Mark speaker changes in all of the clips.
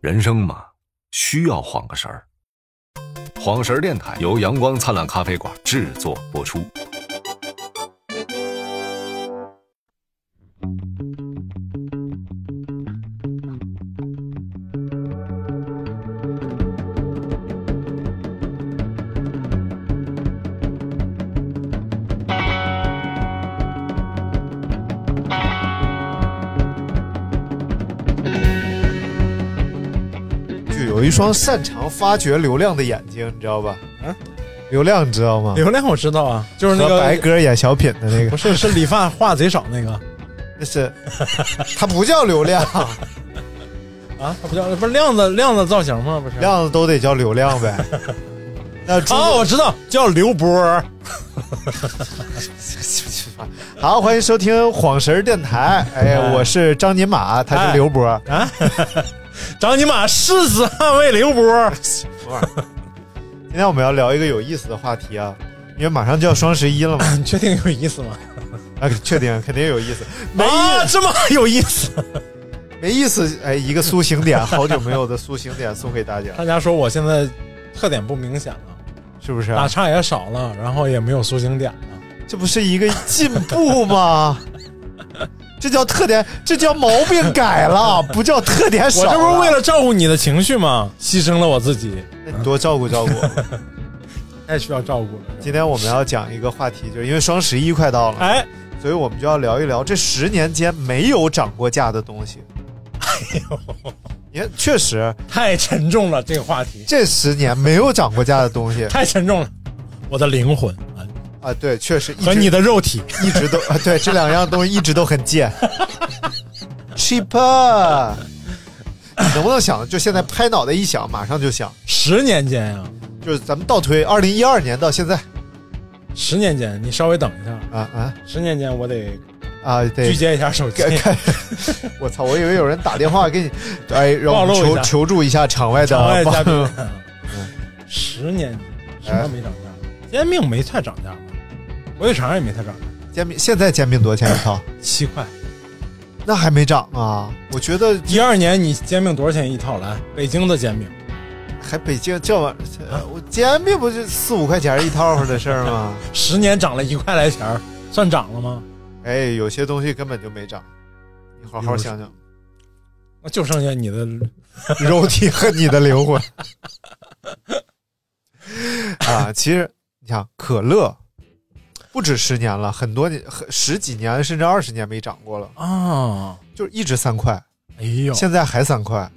Speaker 1: 人生嘛，需要晃个神儿。晃神儿电台由阳光灿烂咖啡馆制作播出。
Speaker 2: 就有一双擅长发掘流量的眼睛，你知道吧？
Speaker 3: 啊，
Speaker 2: 流量你知道 吗？
Speaker 3: 流量我知道啊，就是那
Speaker 2: 和
Speaker 3: 个
Speaker 2: 白鸽演小品的那
Speaker 3: 不
Speaker 2: 个，
Speaker 3: 是是理发话贼少那个
Speaker 2: 那是它不叫流量，
Speaker 3: 啊，他不叫不是亮子亮子造型吗？不是
Speaker 2: 量都得叫流量呗。 那诸
Speaker 3: 哦，我知道叫刘波儿，
Speaker 2: 好，欢迎收听晃神儿电台。哎，
Speaker 3: 哎
Speaker 2: 我是张尼玛，他
Speaker 3: 哎
Speaker 2: 是刘波。
Speaker 3: 啊，张尼玛誓死捍卫刘波儿。
Speaker 2: 今天我们要聊一个有意思的话题啊，因为马上就要双十一了嘛，
Speaker 3: 你确定有意思吗？哎
Speaker 2: 啊，确定肯定有意思，没意
Speaker 3: 啊，这么有意思！
Speaker 2: 没意思，哎，一个苏醒点，好久没有的苏醒点送给大家，
Speaker 3: 大家说我现在特点不明显了，
Speaker 2: 是不是啊？
Speaker 3: 打岔也少了，然后也没有抒情点了。
Speaker 2: 这不是一个进步吗？ 这叫特点，这叫毛病改 了，不叫特点少
Speaker 3: 我这不是为
Speaker 2: 了
Speaker 3: 了照顾你的情绪吗？牺牲了我自己，
Speaker 2: 那你多照顾照顾。
Speaker 3: 太需要照顾了。
Speaker 2: 今天我们要讲一个话题，就是因为双十一快到了，
Speaker 3: 哎，
Speaker 2: 所以我们就要聊一聊这十年间没有涨过价的东西。哎呦，也确实
Speaker 3: 太沉重了，这个话题
Speaker 2: 这十年没有涨过价的东西
Speaker 3: 太沉重了，我的灵魂啊
Speaker 2: 啊，对，确实一
Speaker 3: 和
Speaker 2: 直
Speaker 3: 你的肉体。
Speaker 2: 一直都啊，对，这两样东西一直都很贱。cheaper，你能不能想就现在拍脑袋一想，马上就想，
Speaker 3: 十年间呀、啊，
Speaker 2: 就是咱们倒推二零一二年到现在
Speaker 3: 十年间，你稍微等一下，
Speaker 2: 啊啊
Speaker 3: 十年间我得
Speaker 2: 啊，对
Speaker 3: 拒，接一下手机。
Speaker 2: 看看，我操，我以为有人打电话给你， 哎，让我们
Speaker 3: 暴露一
Speaker 2: 求
Speaker 3: 下
Speaker 2: 求助一下场外的
Speaker 3: 场外嘉
Speaker 2: 网友
Speaker 3: 宾，
Speaker 2: 嗯
Speaker 3: 十年什
Speaker 2: 哎
Speaker 3: 么没涨价？煎饼没太涨价吧？火腿肠也没太涨价，
Speaker 2: 煎饼，现在煎饼多少钱一套？
Speaker 3: 七块。
Speaker 2: 那还没涨啊？我觉得
Speaker 3: 一二年你煎饼多少钱一套？来，北京的煎饼
Speaker 2: 还北京这玩意儿，我煎饼不就四五块钱一套的事儿吗？
Speaker 3: 十年涨了一块来钱儿，算涨了吗？
Speaker 2: 哎，有些东西根本就没涨，你好好想想。
Speaker 3: 那就剩下你的
Speaker 2: 肉体和你的灵魂。 啊，其实你想，可乐不止十年了，很多年、很十几年甚至二十年没涨过了，
Speaker 3: 啊！
Speaker 2: 就是一直三块，
Speaker 3: 哎呦，
Speaker 2: 现在还三块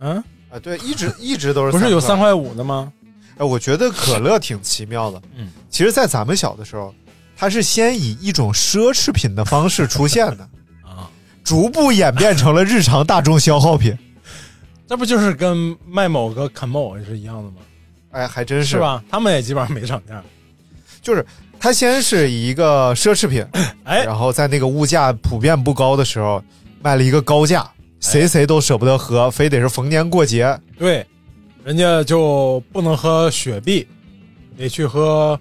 Speaker 3: 嗯，
Speaker 2: 啊，对，一直一直都是
Speaker 3: 不是有三
Speaker 2: 块？
Speaker 3: 块五的吗？
Speaker 2: 哎，我觉得可乐挺奇妙的。
Speaker 3: 嗯，
Speaker 2: 其实，在咱们小的时候，它是先以一种奢侈品的方式出现的，
Speaker 3: 啊，
Speaker 2: 逐步演变成了日常大众消耗 品。
Speaker 3: 这不就是跟卖某个啃某是一样的吗？
Speaker 2: 哎，还真
Speaker 3: 是吧？他们也基本上没涨价。
Speaker 2: 就是它先是一个奢侈品，
Speaker 3: 哎
Speaker 2: 然后在那个物价普遍不高的时候，卖了一个高价，
Speaker 3: 哎
Speaker 2: 谁谁都舍不得喝，非得是逢年 过节。
Speaker 3: 对，人家就不能喝雪碧，得去喝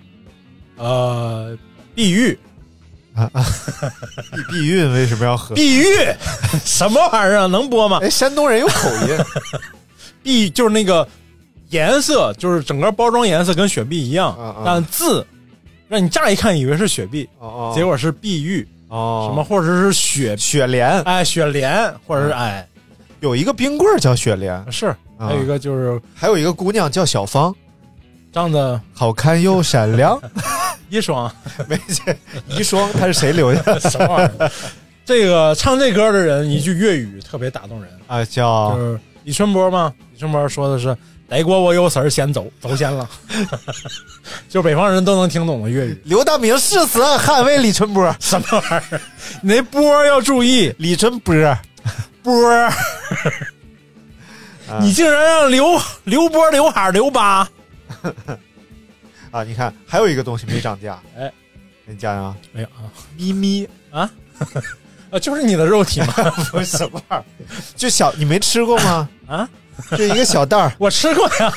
Speaker 3: 呃碧玉，
Speaker 2: 避避孕为什么要喝？
Speaker 3: 碧玉 什么玩意儿啊？能播吗？
Speaker 2: 哎，山东人有口 音，
Speaker 3: 碧就是那个颜色，就是整个包装颜色跟雪碧一样，
Speaker 2: 嗯嗯
Speaker 3: 但字让你乍一看以为是雪碧，
Speaker 2: 哦哦
Speaker 3: 结果是碧玉，
Speaker 2: 哦，
Speaker 3: 什么或者是雪
Speaker 2: 雪莲？
Speaker 3: 哎雪莲，或
Speaker 2: 啊
Speaker 3: 者是哎
Speaker 2: 有一个冰棍儿叫雪莲，
Speaker 3: 是，还有一个就是
Speaker 2: 还有一个姑娘叫小芳，
Speaker 3: 长得
Speaker 2: 好看又 闪亮。
Speaker 3: 一双。
Speaker 2: 没这遗孀，她是谁留下的
Speaker 3: 什么玩意儿？这个唱这歌的人一句粤语特别打动人，
Speaker 2: 啊？叫
Speaker 3: 就是李春波嘛。李春波说的是“得过我有事儿先走，走先了”， 就北方人都能听懂的粤语。
Speaker 2: 刘大明啊誓死捍卫李春波，
Speaker 3: 什么玩意儿？你那波儿要注意，
Speaker 2: 李春波， 啊
Speaker 3: 波儿，你竟然让刘刘波、刘海、刘八，
Speaker 2: 啊！你看，还有一个东西没涨价，
Speaker 3: 哎，
Speaker 2: 你讲讲，
Speaker 3: 哎呀啊
Speaker 2: 咪咪
Speaker 3: 啊 啊，就是你的肉体嘛
Speaker 2: 不是什么玩意儿，就小，你没吃过吗？
Speaker 3: 啊，，
Speaker 2: 就一个小袋儿
Speaker 3: 我吃过呀，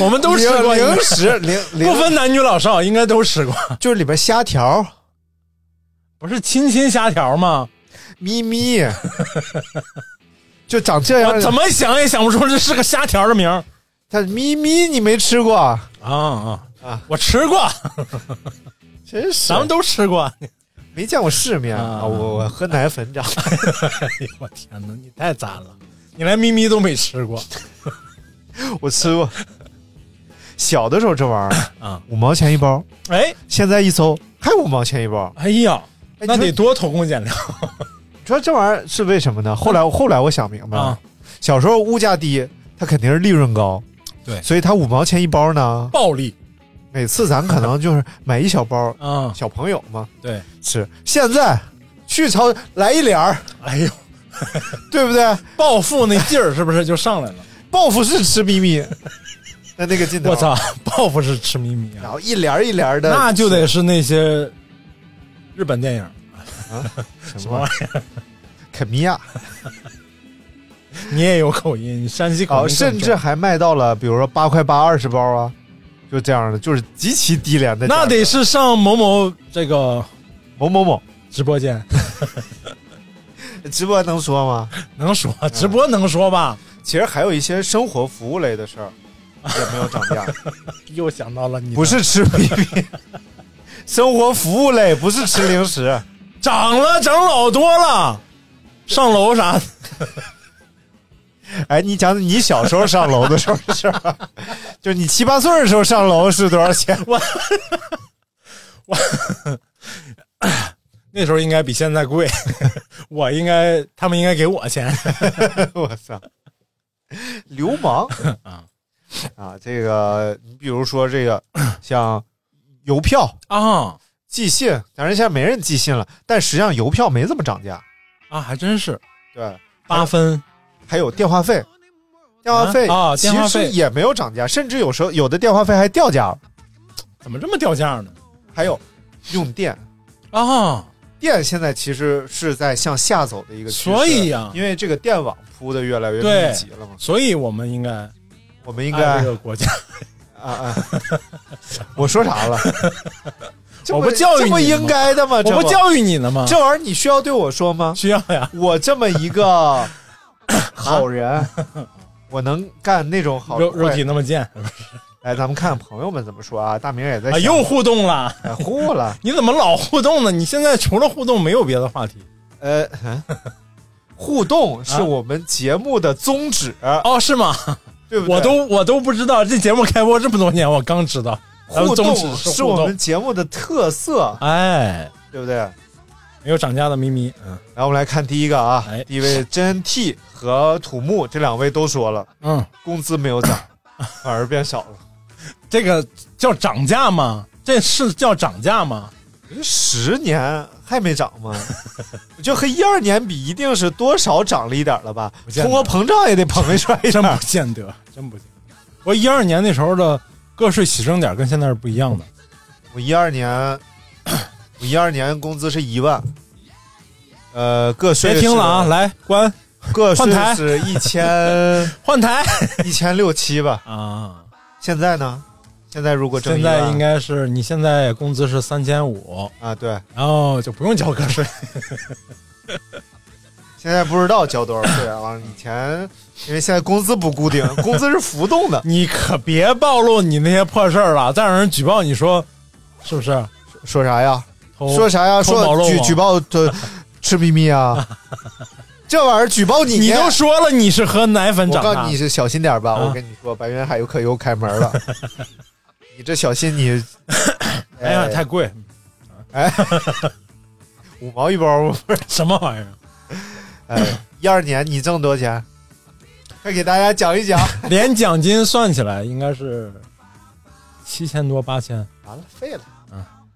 Speaker 3: 我 们都吃过
Speaker 2: 零
Speaker 3: 应
Speaker 2: 零
Speaker 3: 该
Speaker 2: 食零零
Speaker 3: 不，分男女老少，应该都吃过。
Speaker 2: 就是里边虾条、
Speaker 3: 不是亲亲虾条吗？
Speaker 2: 咪 咪，就长这
Speaker 3: 我
Speaker 2: 样。
Speaker 3: 怎？么想也想不出这是个虾条的名儿
Speaker 2: 它咪咪你没吃过？
Speaker 3: 啊啊
Speaker 2: 啊！
Speaker 3: 我吃过，
Speaker 2: 真是
Speaker 3: 咱们都吃过。
Speaker 2: 没见过世面
Speaker 3: 啊
Speaker 2: 啊！我我喝奶粉长。
Speaker 3: 哎呦我天哪，你太赞了！你连咪咪都没吃过
Speaker 2: 我吃过。小的时候这玩意儿
Speaker 3: 啊？
Speaker 2: 五毛钱一包，
Speaker 3: 哎，
Speaker 2: 现在一搜还五毛钱一包。
Speaker 3: 哎呀，
Speaker 2: 哎
Speaker 3: 那
Speaker 2: 你说
Speaker 3: 得多偷工减料
Speaker 2: 你说这玩意儿是为什么呢？后来我后来我想明白了
Speaker 3: 啊，！
Speaker 2: 小时候物价低，它肯定是利润高，
Speaker 3: 对
Speaker 2: 所以它五毛钱一包呢，
Speaker 3: 暴力
Speaker 2: 每次咱可能就是买一小包，
Speaker 3: 啊！
Speaker 2: 小朋友嘛
Speaker 3: 对，
Speaker 2: 吃。现在去超来一帘儿，
Speaker 3: 哎呦，
Speaker 2: 对不对？
Speaker 3: 暴富那劲儿是不是就上来了？
Speaker 2: 报复是吃咪咪，那那个劲头，
Speaker 3: 我！操，报复是吃咪咪
Speaker 2: 然
Speaker 3: 啊！
Speaker 2: 后一帘儿一帘儿的，
Speaker 3: 那就得是那些日本电影，
Speaker 2: 什么玩意儿？肯米亚。
Speaker 3: 你也有口音，你山西口
Speaker 2: 哦，
Speaker 3: 音更
Speaker 2: 甚
Speaker 3: 重，
Speaker 2: 至还卖到了，比如说八块八二十包啊，就这样的，就是极其低廉的价格。
Speaker 3: 那得是上某某这个
Speaker 2: 某某某
Speaker 3: 直播间
Speaker 2: 直播能说吗？
Speaker 3: 能说直播能说吧？
Speaker 2: 其实还有一些生活服务类的事儿也没有涨价，
Speaker 3: 又想到了你的，
Speaker 2: 不是吃米米，生活服务类不是吃零食，
Speaker 3: 涨了，涨老多了，上楼啥的
Speaker 2: 哎，你讲讲你小时候上楼的时候的事儿， 就你七八岁的时候上楼是多少钱？
Speaker 3: 那时候应该比现在贵， 我应该他们应该给我钱。
Speaker 2: 我操，流氓啊！这个你比如说这个 像邮票。
Speaker 3: 啊
Speaker 2: 寄信，当然现在没人寄信了，但实际上邮票没怎么涨价。
Speaker 3: 啊，还真是哎
Speaker 2: 对，
Speaker 3: 八分
Speaker 2: 还有电话费，电话费
Speaker 3: 啊啊
Speaker 2: 其
Speaker 3: 电话
Speaker 2: 实
Speaker 3: 费
Speaker 2: 也没有涨价，甚至有时候有的电话费还掉价了。
Speaker 3: 怎么这么掉价呢？
Speaker 2: 还有用电，
Speaker 3: 啊，
Speaker 2: 电现在其实是在向下走的一个趋势，
Speaker 3: 所以啊呀
Speaker 2: 因为这个电网铺的越来越
Speaker 3: 对
Speaker 2: 密集了嘛，
Speaker 3: 所以我们应该
Speaker 2: 我们应
Speaker 3: 爱
Speaker 2: 该
Speaker 3: 哎这个国家。
Speaker 2: 啊啊， 我说啥了？这
Speaker 3: 我不教育
Speaker 2: 这不
Speaker 3: 你
Speaker 2: 应该的吗？这
Speaker 3: 我不教育你呢吗？
Speaker 2: 这玩意儿，你需要对我说吗？
Speaker 3: 需要呀，
Speaker 2: 我这么一个 好人，我能干那种好
Speaker 3: 肉肉体
Speaker 2: 坏
Speaker 3: 那么贱
Speaker 2: 哎，咱们看朋友们怎么说啊？大明也在
Speaker 3: 啊，
Speaker 2: 想
Speaker 3: 又互动了。
Speaker 2: 哎呼了，
Speaker 3: 你怎么老互动呢？你现在除了互动没有别的话题
Speaker 2: 呃，嗯互动是我们节目的宗旨，
Speaker 3: 啊哦？是吗？
Speaker 2: 对不对？
Speaker 3: 我都我都不知道，这节目开播这么多年，我刚知道。咱们
Speaker 2: 互
Speaker 3: 宗
Speaker 2: 动
Speaker 3: 旨是
Speaker 2: 是
Speaker 3: 互
Speaker 2: 我
Speaker 3: 动
Speaker 2: 们，节目的特色，
Speaker 3: 哎，
Speaker 2: 对不对？
Speaker 3: 没有涨价的咪咪，嗯
Speaker 2: 来，我们来看第一个啊
Speaker 3: 哎，
Speaker 2: 第 一位真 T 和土木这两位都说了，
Speaker 3: 嗯，
Speaker 2: 工资没有涨，反而变少了，
Speaker 3: 这个叫涨价吗？这是叫涨价吗？
Speaker 2: 十年还没涨吗？ 我觉得和一二年比，一定是多少涨了一点儿了吧？
Speaker 3: 不见得
Speaker 2: 通货膨胀也得膨出来一
Speaker 3: 真
Speaker 2: 点
Speaker 3: 不
Speaker 2: 儿。
Speaker 3: 见得，真不见得。我一二年那时候的个税起征点跟现在是不一样的。
Speaker 2: 我一二年，我一二年工资是一万，呃，个税
Speaker 3: 别听了啊，
Speaker 2: 是，
Speaker 3: 来关
Speaker 2: 个
Speaker 3: 换台
Speaker 2: 税是一千
Speaker 3: 换台
Speaker 2: 一千六七吧。
Speaker 3: 啊！
Speaker 2: 现在呢？现在如果挣
Speaker 3: 现
Speaker 2: 一万
Speaker 3: 在应该是你现在工资是三千五，
Speaker 2: 啊，对，
Speaker 3: 然后就不用交个税。
Speaker 2: 现在不知道交多少税啊。以前因为现在工资不固定，工资是浮动的，
Speaker 3: 你可别暴露你那些破事儿了，再让人举报你说是不是？
Speaker 2: 说啥呀？
Speaker 3: 偷
Speaker 2: 说啥呀？
Speaker 3: 偷毛肉
Speaker 2: 说举
Speaker 3: 啊
Speaker 2: 举报 的吃咪咪啊，这玩意儿举报你，
Speaker 3: 你都说了你是喝奶粉
Speaker 2: 我
Speaker 3: 长
Speaker 2: 告诉
Speaker 3: 大
Speaker 2: 你，是小心点儿吧。
Speaker 3: 啊
Speaker 2: 我跟你说，白云海游客又开门 了，你这小心你，
Speaker 3: 哎呀，太贵，
Speaker 2: 五毛一包。
Speaker 3: 什么玩意儿？
Speaker 2: 哎，一二年你挣多少钱？快给大家讲一讲。
Speaker 3: 连奖金算起来应该是七千多八千，
Speaker 2: 完了，废了。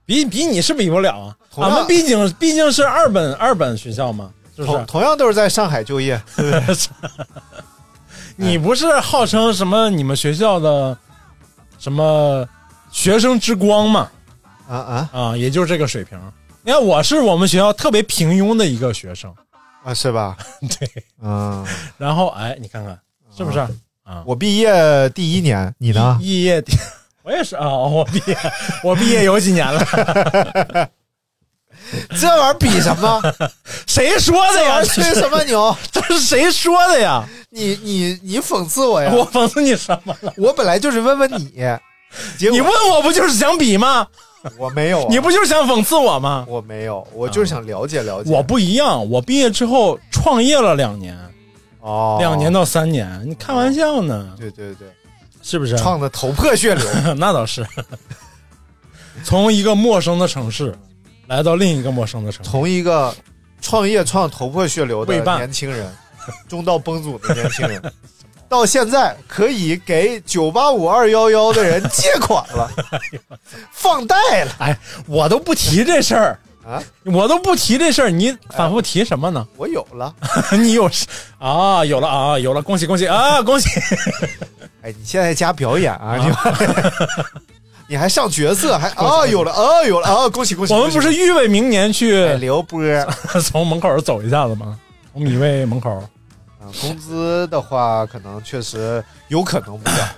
Speaker 3: 比比你是比不了啊。
Speaker 2: 同
Speaker 3: 俺
Speaker 2: 样
Speaker 3: 们毕竟毕竟是二本二本学校嘛，是不
Speaker 2: 同哎
Speaker 3: 是？
Speaker 2: 同样都是在上海就业，
Speaker 3: 你不是号称什么你们学校的什么学生之光吗？
Speaker 2: 啊啊
Speaker 3: 啊，也就是这个水平。你看，我是我们学校特别平庸的一个学生，
Speaker 2: 啊，是吧？
Speaker 3: 对。
Speaker 2: 嗯，
Speaker 3: 然后，哎，你看看是不是？
Speaker 2: 我毕业第一年，你呢？
Speaker 3: 毕业，我也是啊，我毕业，我毕业有几年 了？
Speaker 2: 这玩意儿比什 么？
Speaker 3: 谁说的
Speaker 2: 这玩
Speaker 3: 呀
Speaker 2: 意儿？吹什么牛？
Speaker 3: 这是谁说的呀？
Speaker 2: 你你你讽刺哎我呀！
Speaker 3: 我讽刺你什么了？
Speaker 2: 我本来就是问问你，结
Speaker 3: 你
Speaker 2: 果
Speaker 3: 问我不就是想比吗？
Speaker 2: 我没有啊，
Speaker 3: 你不就是想讽刺我吗？
Speaker 2: 我没有，我就是想了解了解。
Speaker 3: 我不一样，我毕业之后创业了两年，
Speaker 2: 哦，
Speaker 3: 两年，到三年，你开玩笑呢？
Speaker 2: 对对对，
Speaker 3: 是不是？
Speaker 2: 创的头破血流。
Speaker 3: 那倒是， 从一个陌生的城市来到另一个陌生的城市，
Speaker 2: 从一个创业创头破血流的
Speaker 3: 未半
Speaker 2: 年轻人， 中道崩殂的年轻人， 到现在可以给九八五二幺幺的人借款了， 放贷了。
Speaker 3: 哎，我都不提这事儿
Speaker 2: 啊，哎
Speaker 3: 我都不提这事儿，你反复提什么呢？
Speaker 2: 我有了，
Speaker 3: 你有啊？有了啊？有了！恭喜恭喜啊！ 恭喜！
Speaker 2: 哎，你现在加表演啊，你把 你还上角色，还啊有了啊有了啊，恭喜恭喜！
Speaker 3: 我们不是
Speaker 2: 恭喜
Speaker 3: 预备明年去
Speaker 2: 哎刘波，
Speaker 3: 从门口走一下子吗？从米味门口，
Speaker 2: 啊工资的话可能确实有可能不涨，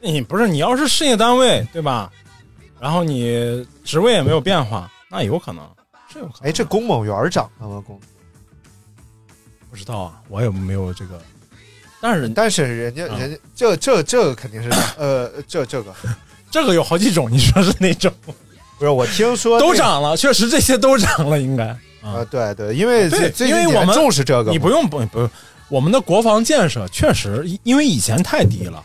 Speaker 3: 你不是你要是事业单位对吧？然后你职位也没有变化，那有可能，这有可能。
Speaker 2: 哎，这公某员涨了吗？工资，
Speaker 3: 不知道啊，我也没有这个。但是
Speaker 2: 但是人家
Speaker 3: 嗯
Speaker 2: 人家这这这肯定是涨呃这这个
Speaker 3: 这个有好几种，你说是哪种？
Speaker 2: 不是，我听说
Speaker 3: 都涨
Speaker 2: 涨
Speaker 3: 了，确实这些都涨了，应该
Speaker 2: 啊，
Speaker 3: 啊。
Speaker 2: 对对，因为
Speaker 3: 对
Speaker 2: 最最近
Speaker 3: 因为我们
Speaker 2: 你还重视这个嘛，
Speaker 3: 你不用不不，我们的国防建设确实因因为以前太低了，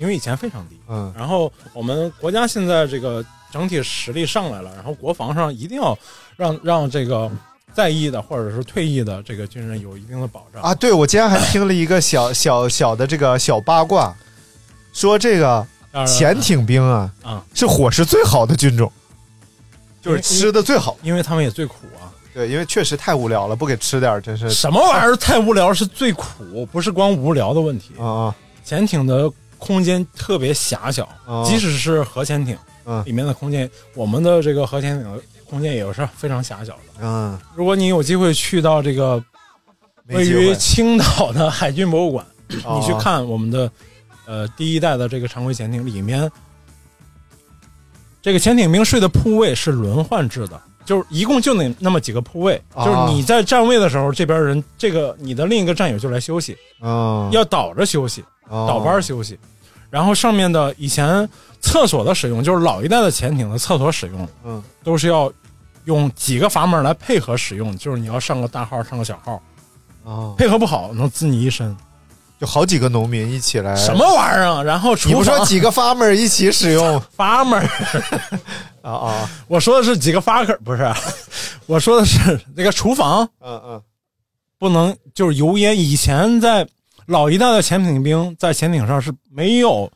Speaker 3: 因为以前非常低。
Speaker 2: 嗯
Speaker 3: 然后我们国家现在这个整体实力上来了，然后国防上一定要让让这个在役的或者是退役的这个军人有一定的保障。
Speaker 2: 啊，对我今天还听了一 个小小小的这个小八卦，说这个
Speaker 3: 当然
Speaker 2: 潜艇兵啊
Speaker 3: 啊，
Speaker 2: 是伙食最好的军种，就是吃的最好。
Speaker 3: 因为他们也最苦啊。
Speaker 2: 对，因为确实太无聊了，不给吃点儿真是
Speaker 3: 什么玩意儿太无聊是最苦，不是光无聊的问题。
Speaker 2: 啊啊
Speaker 3: 潜艇的空间特别狭小，
Speaker 2: 哦
Speaker 3: 即使是核潜艇，
Speaker 2: 嗯
Speaker 3: 里面的空间，我们的这个核潜艇的空间也是非常狭小的。
Speaker 2: 嗯，
Speaker 3: 如果你有机会去到这个
Speaker 2: 没
Speaker 3: 位
Speaker 2: 机
Speaker 3: 于
Speaker 2: 会
Speaker 3: 青岛的海军博物馆，
Speaker 2: 哦
Speaker 3: 你去看我们的呃第一代的这个常规潜艇里面，这个潜艇兵睡的铺位是轮换制的，就是一共就那那么几个铺位，
Speaker 2: 哦
Speaker 3: 就是你在站位的时候，这边人这个你的另一个战友就来休息，
Speaker 2: 嗯
Speaker 3: 要倒着休息，
Speaker 2: 哦
Speaker 3: 倒班儿休息。然后上面的以前厕所的使用，就是老一代的潜艇的厕所使用，
Speaker 2: 嗯，
Speaker 3: 都是要用几个阀门来配合使用，就是你要上个大号，上个小号，
Speaker 2: 啊，
Speaker 3: 配合不好能滋你一身。
Speaker 2: 有好几个农民一起来
Speaker 3: 什？么玩意儿啊？然后
Speaker 2: 哎
Speaker 3: 厨
Speaker 2: 你不说
Speaker 3: 房
Speaker 2: 几个 farmer 一起使用
Speaker 3: 阀门，
Speaker 2: 啊啊
Speaker 3: 我说的是几个 fucker，不是，啊 我说的是那个厨房
Speaker 2: 嗯嗯
Speaker 3: 不能就是油烟。以前在老一代的潜艇兵在潜艇上是没有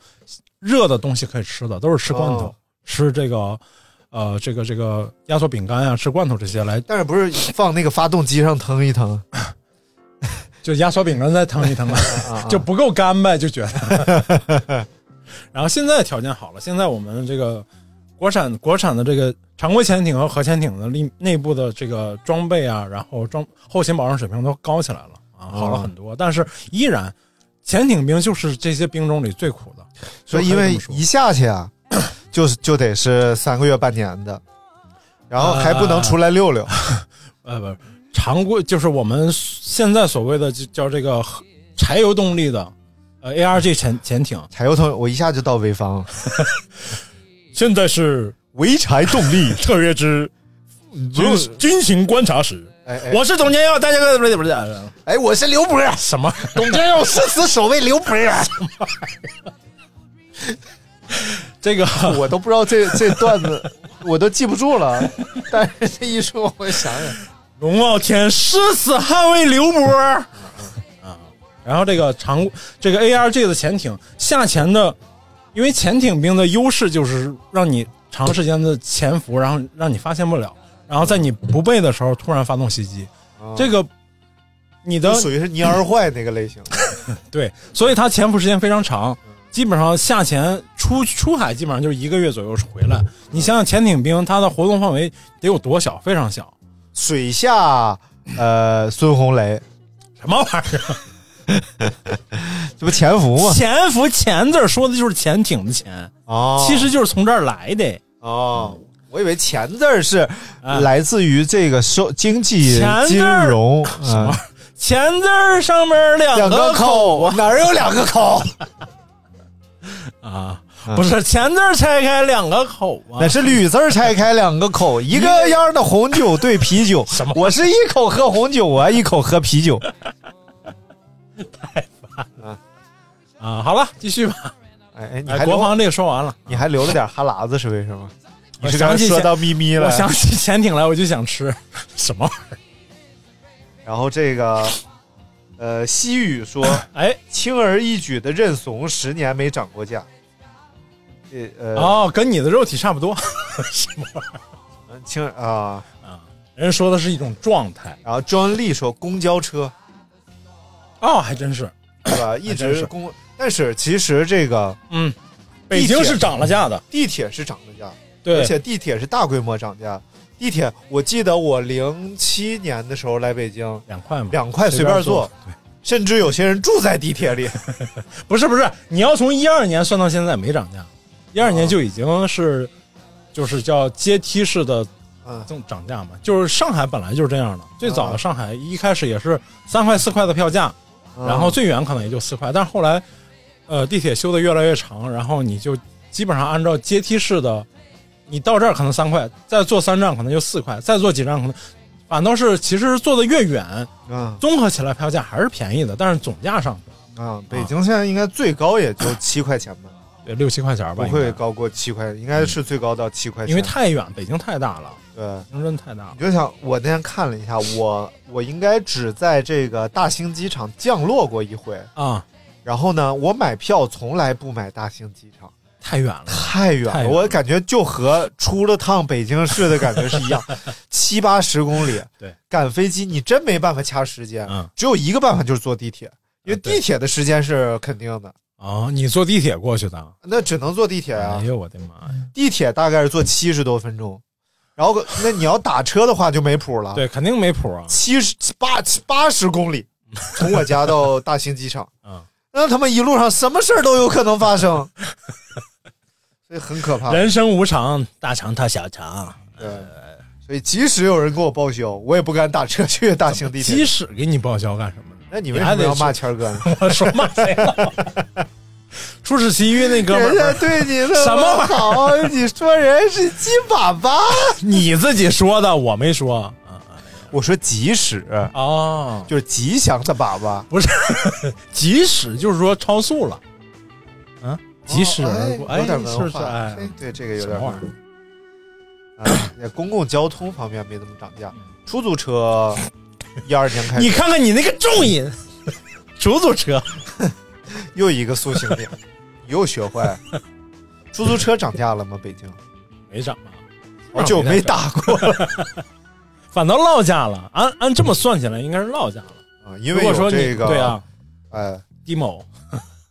Speaker 3: 热的东西可以吃的，都是吃罐头，
Speaker 2: 哦
Speaker 3: 吃这个呃这个这个压缩饼干啊，吃罐头这些来
Speaker 2: 但是不是放那个发动机上腾一腾？
Speaker 3: 就压缩饼干再腾一啊腾了，
Speaker 2: 啊
Speaker 3: 就不够干呗，就觉得。 然后现在条件好了，现在我们这个国产国产的这个呃常规潜艇和核潜艇的内内部的这个装备啊，然后装后勤保障水平都高起来了啊，好了很多。但是依然，潜艇兵就是这些兵种里最苦的，
Speaker 2: 所以
Speaker 3: 就
Speaker 2: 因
Speaker 3: 可
Speaker 2: 为
Speaker 3: 这么说
Speaker 2: 一下去 啊，就是就得是三个月半年的，然后还不能出来 溜溜。
Speaker 3: 呃不是常规就是我们现在所谓的就叫这个核柴油动力的呃 ARG 潜潜艇，
Speaker 2: 柴油桶，我一下就到潍坊了。
Speaker 3: 现在是
Speaker 2: 潍柴动力，
Speaker 3: 特约之军军情观察室。
Speaker 2: 哎哎
Speaker 3: 我是董监要，大家不是不啊是
Speaker 2: 哎，我是刘波，
Speaker 3: 什么？
Speaker 2: 董监要誓死守卫刘波。
Speaker 3: 这 个
Speaker 2: 我都不知道这这段子，我都记不住了。但是这一说，我想想，
Speaker 3: 龙傲天誓死捍卫刘波 啊！然后这个长这个 ARG 的潜艇下潜的，因为潜艇兵的优势就是让你长时间的潜伏，哦然后让你发现不了，然后在你不备的时候突然发动袭击，这个你的
Speaker 2: 就属于是蔫儿坏那个类型。
Speaker 3: 对，所以它潜伏时间非常长，基本上下潜出出海基本上就是一个月左右回来。你想想，潜艇兵它的活动范围得有多小？非常小，
Speaker 2: 水下呃，孙红雷，
Speaker 3: 什么玩意儿？
Speaker 2: 这不潜伏吗？
Speaker 3: 潜伏“潜”字儿说的就是潜艇的“潜”，
Speaker 2: 哦，
Speaker 3: 其实就是从这儿来的。
Speaker 2: 哦，我以为“钱”字儿是
Speaker 3: 啊
Speaker 2: 来自于这个收经济
Speaker 3: 钱字
Speaker 2: 金
Speaker 3: 儿
Speaker 2: 融，嗯
Speaker 3: “潜”字儿上面两
Speaker 2: 两
Speaker 3: 个
Speaker 2: 个口啊，哪儿有两个口？
Speaker 3: 啊，不是“潜”字儿拆开两个口啊
Speaker 2: 那。是铝字儿拆开两个口，一个样的红酒兑啤酒。
Speaker 3: 什么
Speaker 2: 我是一口喝红酒，我还一口喝啤酒。
Speaker 3: 啊，好了，继续吧。
Speaker 2: 哎哎，你
Speaker 3: 哎，
Speaker 2: 还
Speaker 3: 国
Speaker 2: 留
Speaker 3: 防这个说完了，
Speaker 2: 你还留了点哈喇子是为什么？
Speaker 3: 我
Speaker 2: 你是
Speaker 3: 想
Speaker 2: 刚才
Speaker 3: 起
Speaker 2: 说
Speaker 3: 前
Speaker 2: 到咪咪了
Speaker 3: 我，想起潜艇来，我就想吃什么玩意儿？
Speaker 2: 然后这个呃，西 语说
Speaker 3: 哎，
Speaker 2: 轻而易举的认怂，十年没涨过价。这呃，
Speaker 3: 哦，跟你的肉体差不多。
Speaker 2: 轻啊，
Speaker 3: 人家说的是一种状态
Speaker 2: 然后庄丽说公交车
Speaker 3: 哦，还真是，
Speaker 2: 对吧？一
Speaker 3: 哎真
Speaker 2: 直
Speaker 3: 是
Speaker 2: 公，但是其实这个
Speaker 3: 嗯，北京是涨了价的，
Speaker 2: 地铁是涨了价，
Speaker 3: 嗯对
Speaker 2: 而，且地铁是大规模涨价。地铁，我记得我零七年的时候来北京，
Speaker 3: 两块嘛，
Speaker 2: 两块随便坐，甚至有些人住在地铁里。
Speaker 3: 不是不是，你要从一二年算到现在没涨价，一二年就已经是就是叫阶梯式的
Speaker 2: 嗯，
Speaker 3: 增涨价嘛，就是上海本来就是这样的，最早的上海一开始也是三块四块的票价， 然后最远可能也就四块，但是后来呃地铁修的越来越长，然后你就基本上按照阶梯式的，你到这儿可能三块，再坐三站可能就四块，再坐几站可能。反倒是，其实坐的越远，
Speaker 2: 啊
Speaker 3: 综合起来票价还是便宜的，但是总价上去了
Speaker 2: 啊，北京现在应该最高也就七块钱吧，
Speaker 3: 对呃六七块钱吧，
Speaker 2: 不
Speaker 3: 应该
Speaker 2: 会高过七块，应该是最高到七块钱。
Speaker 3: 因为太远，北京太大了，
Speaker 2: 对，
Speaker 3: 北京真太大了
Speaker 2: 你。就想我那天看了一下，我我应该只在这个大兴机场降落过一回。
Speaker 3: 啊，
Speaker 2: 然后呢，我买票从来不买大兴机场，
Speaker 3: 太远了。
Speaker 2: 太远
Speaker 3: 太
Speaker 2: 了，
Speaker 3: 远
Speaker 2: 我感觉就和出了趟北京市的感觉是一 样，七八十公里。
Speaker 3: 对，
Speaker 2: 赶飞机你真没办法掐时间，
Speaker 3: 嗯
Speaker 2: 只有一个办法就是坐地铁，因为
Speaker 3: 啊对
Speaker 2: 地铁的时间是肯定的，
Speaker 3: 哦，你坐地铁过去的？
Speaker 2: 那只能坐地铁啊
Speaker 3: 哎。呦我的妈呀！
Speaker 2: 地铁大概是坐七十多分钟，然后那你要打车的话就没谱了。，
Speaker 3: 对，肯定没谱啊。
Speaker 2: 七十八八十公里，从我家到大兴机场，
Speaker 3: 嗯
Speaker 2: 那他妈一路上什么事儿都有可能发生，所以很可怕。
Speaker 3: 人生无常，大肠套小肠。
Speaker 2: 对，所以即使有人给我报销，我也不敢打车去大兴地
Speaker 3: 即
Speaker 2: 铁。
Speaker 3: 使给你报销干什么呢？
Speaker 2: 那你为什么要骂谦儿哥呢？
Speaker 3: 我说骂谁了？出使奇遇那哥们
Speaker 2: 人家
Speaker 3: 儿，
Speaker 2: 对你那
Speaker 3: 什么玩意儿
Speaker 2: 好，你说人是鸡粑粑？
Speaker 3: 你自己说的，我没说。 啊
Speaker 2: 我说即使
Speaker 3: 哦，
Speaker 2: 就是吉祥的粑粑，
Speaker 3: 不是，即使就是说超速了，嗯，即使而过，
Speaker 2: 哎有点
Speaker 3: 是不
Speaker 2: 文
Speaker 3: 是？
Speaker 2: 化。
Speaker 3: 哎，
Speaker 2: 对这个有
Speaker 3: 什
Speaker 2: 点
Speaker 3: 么
Speaker 2: 文
Speaker 3: 玩意
Speaker 2: 化
Speaker 3: 儿？
Speaker 2: 啊，在公共交通方面没怎么涨价，出租车一二年开
Speaker 3: 嗯你
Speaker 2: 始
Speaker 3: 看看你那个重音， 出租车
Speaker 2: 又一个塑形点，你又学坏。出租车涨价了 吗？北京
Speaker 3: 没涨啊，
Speaker 2: 好久没打过了
Speaker 3: 反倒落价了。按按这么算起来，应该是落价了。
Speaker 2: 啊，因
Speaker 3: 如
Speaker 2: 为
Speaker 3: 果
Speaker 2: 有
Speaker 3: 说你
Speaker 2: 这个
Speaker 3: 对啊，
Speaker 2: 哎，
Speaker 3: 低某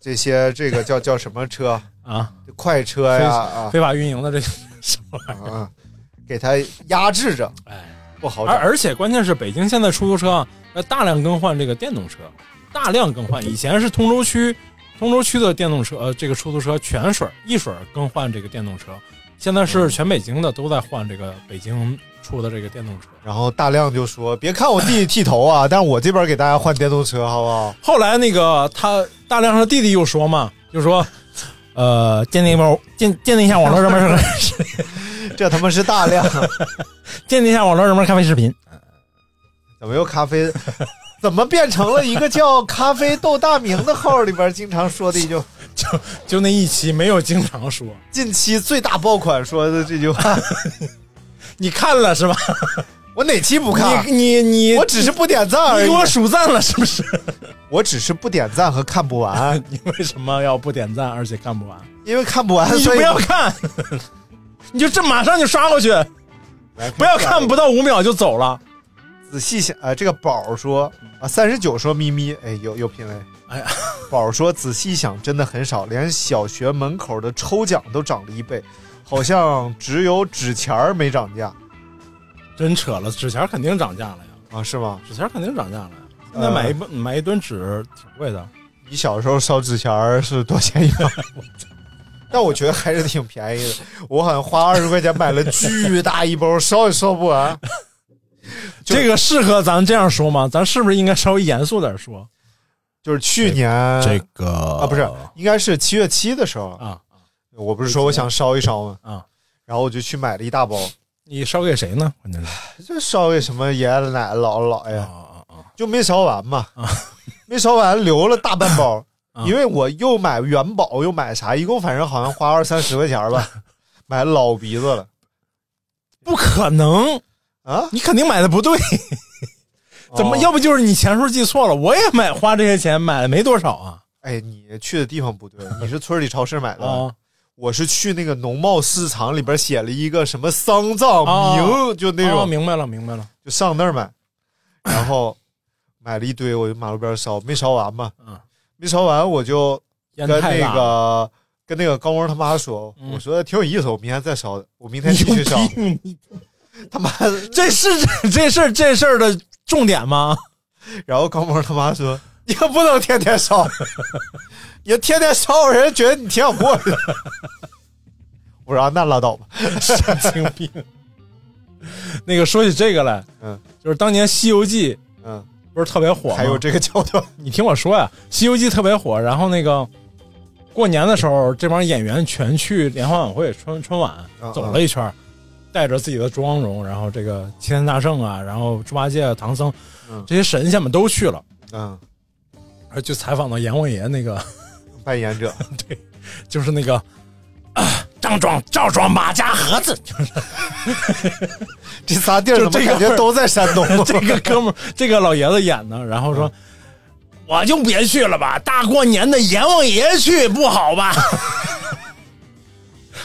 Speaker 2: 这些这个叫叫什么车，
Speaker 3: 啊，
Speaker 2: 快车呀啊
Speaker 3: 非法运营的这什么玩意
Speaker 2: 啊啊，给它压制着，
Speaker 3: 儿？哎，
Speaker 2: 不好
Speaker 3: 而
Speaker 2: 涨。
Speaker 3: 而且关键是，北京现在出租车啊，要大量更换这个电动车，大量更换。以前是通州区，通州区的电动车，呃，这个出租车全水儿一水儿更换这个电动车，现在
Speaker 2: 嗯
Speaker 3: 是全北京的都在换这个北京出的这个电动车。
Speaker 2: 然后大亮就说：“别看我弟剃头啊，但我这边给大家换电动车，好不好？
Speaker 3: 后来那个他大亮他弟弟又说嘛，就说，呃，鉴定一波，鉴鉴定一下网络热门 视频，
Speaker 2: 这他妈是 大亮。”
Speaker 3: 鉴定一下网络热门咖啡视频。
Speaker 2: 怎么又咖啡？怎么变成了一个叫“咖啡豆大明”的号里边经常说的一句
Speaker 3: 就那一期没有经常说，
Speaker 2: “近期最大爆款”说的这 句话？
Speaker 3: 你看了是 吧？
Speaker 2: 我哪期不看？
Speaker 3: 你你你，
Speaker 2: 我只是不点赞而
Speaker 3: 你
Speaker 2: 已
Speaker 3: 给。我数赞了是不是？
Speaker 2: 我只是不点赞和看不完，
Speaker 3: 你为什么要不点赞而且看不完？
Speaker 2: 因为看不完，
Speaker 3: 你就
Speaker 2: 所以
Speaker 3: 不要 看，你就这马上就刷过去，不要看不到五秒就走了。
Speaker 2: 仔细想，啊，这个宝儿说啊，三十九说咪咪，哎，有有品位。
Speaker 3: 哎呀，
Speaker 2: 宝儿说仔细想，真的很少，连小学门口的抽奖都涨了一倍，好像只有纸钱儿没涨价
Speaker 3: 真扯了，纸钱儿肯定涨价了呀，
Speaker 2: 啊，是吗？
Speaker 3: 纸钱儿肯定涨价了呀。现在
Speaker 2: 呃
Speaker 3: 买一本买一吨纸挺贵的，
Speaker 2: 你小时候烧纸钱儿是多少钱 一包？但我觉得还是挺便宜的，我好像花二十块钱买了巨大一包，烧也烧不完。就
Speaker 3: 这个适合咱这样说吗？咱是不是应该稍微严肃点说？
Speaker 2: 就是去年
Speaker 3: 个
Speaker 2: 啊，
Speaker 3: 啊
Speaker 2: 不是，应该是七月七的时候，
Speaker 3: 啊，
Speaker 2: 我不是说我想烧一烧吗？
Speaker 3: 啊，
Speaker 2: 然后我就去买了一大包，
Speaker 3: 你烧给谁呢？关键是
Speaker 2: 就烧给什么爷爷奶奶、姥姥姥爷，
Speaker 3: 啊啊
Speaker 2: 就没烧完嘛， 没烧完留了大半包，
Speaker 3: 啊
Speaker 2: 因为我又买元宝又买啥，一共反正好像花二三十块钱 吧，买老鼻子了
Speaker 3: 不可能，
Speaker 2: 啊，
Speaker 3: 你肯定买的不对，怎么？
Speaker 2: 哦
Speaker 3: 要不就是你钱数记错了。我也买花这些钱买了没多少啊
Speaker 2: 哎，你去的地方不对，你是村里超市买 的，
Speaker 3: 啊
Speaker 2: 我是去那个农贸市场里边写了一个什么丧葬
Speaker 3: 哦
Speaker 2: 名，就那种
Speaker 3: 哦，明白了，明白了。
Speaker 2: 就上那儿买，然后买了一堆，我就马路边烧，没烧完嘛，
Speaker 3: 嗯
Speaker 2: 没烧完我就
Speaker 3: 烟
Speaker 2: 跟
Speaker 3: 太
Speaker 2: 那
Speaker 3: 大了，
Speaker 2: 个跟那个高光他妈说，
Speaker 3: 嗯
Speaker 2: 我说挺有意思，我明天再烧，我明天继续烧
Speaker 3: 有，病你
Speaker 2: 他妈，
Speaker 3: 这是这这事儿这事儿的重点 吗？
Speaker 2: 然后高光他妈说，你可不能天天烧，你天天烧，人家觉得你挺想过的。 我说、啊、那拉倒吧，
Speaker 3: 神经病。那个说起这个来，
Speaker 2: 嗯，
Speaker 3: 就是当年《西游记》
Speaker 2: 嗯，
Speaker 3: 不是特别火吗？
Speaker 2: 还有这个桥段，
Speaker 3: 你听我说呀，《西游记》特别火，然后那个过年的时候，这帮演员全去联欢晚会春春晚
Speaker 2: 嗯
Speaker 3: 走了一圈，带着自己的妆容，然后这个齐天大圣啊，然后猪八戒啊、唐僧
Speaker 2: 嗯
Speaker 3: 这些神仙们都去了，
Speaker 2: 嗯，
Speaker 3: 然后就采访到阎王爷那个，
Speaker 2: 嗯扮演者，
Speaker 3: 就是那个。啊张庄、赵庄、马家盒子，
Speaker 2: 这仨地儿
Speaker 3: 就
Speaker 2: 怎
Speaker 3: 这
Speaker 2: 么
Speaker 3: 个
Speaker 2: 感觉都在山东？
Speaker 3: 这个哥们儿，这个老爷子演的，然后说：“我就别去了吧，大过年的阎王爷去不好吧？”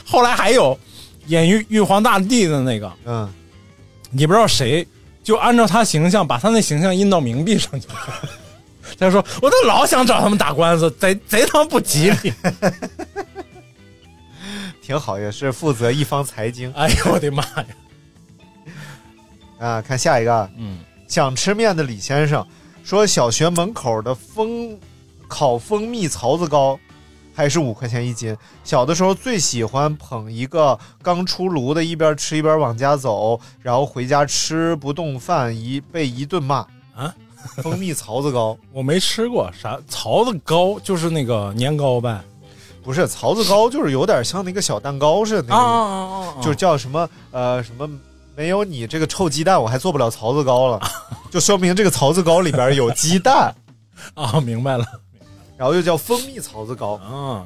Speaker 3: 后来还有演玉玉皇大帝的那个，
Speaker 2: 嗯，
Speaker 3: 你不知道谁，就按照他形象把他那形象印到冥币上去了。 他说：“我都老想找他们打官司，贼贼他妈不吉利。
Speaker 2: 挺好，也是负责一方财经”
Speaker 3: 哎呦我的妈呀！
Speaker 2: 啊。看下一个，
Speaker 3: 嗯，
Speaker 2: 想吃面的李先生说，小学门口的蜂烤蜂蜜槽子糕还是五块钱一斤。小的时候最喜欢捧一个刚出炉的，一边吃一边往家走，然后回家吃不动饭，一被一顿骂
Speaker 3: 啊。
Speaker 2: 蜂蜜槽子糕
Speaker 3: 我没吃过啥槽子糕，就是那个年糕呗。
Speaker 2: 不是槽子糕，就是有点像那个小蛋糕似的那种。
Speaker 3: 啊
Speaker 2: 就
Speaker 3: 就是是
Speaker 2: 叫什么呃什么，没有你这个臭鸡蛋，我还做不了槽子糕 了，就说明这个槽子糕里边有鸡蛋，
Speaker 3: 啊，明白了。
Speaker 2: 然后又叫蜂蜜槽子糕，
Speaker 3: 啊，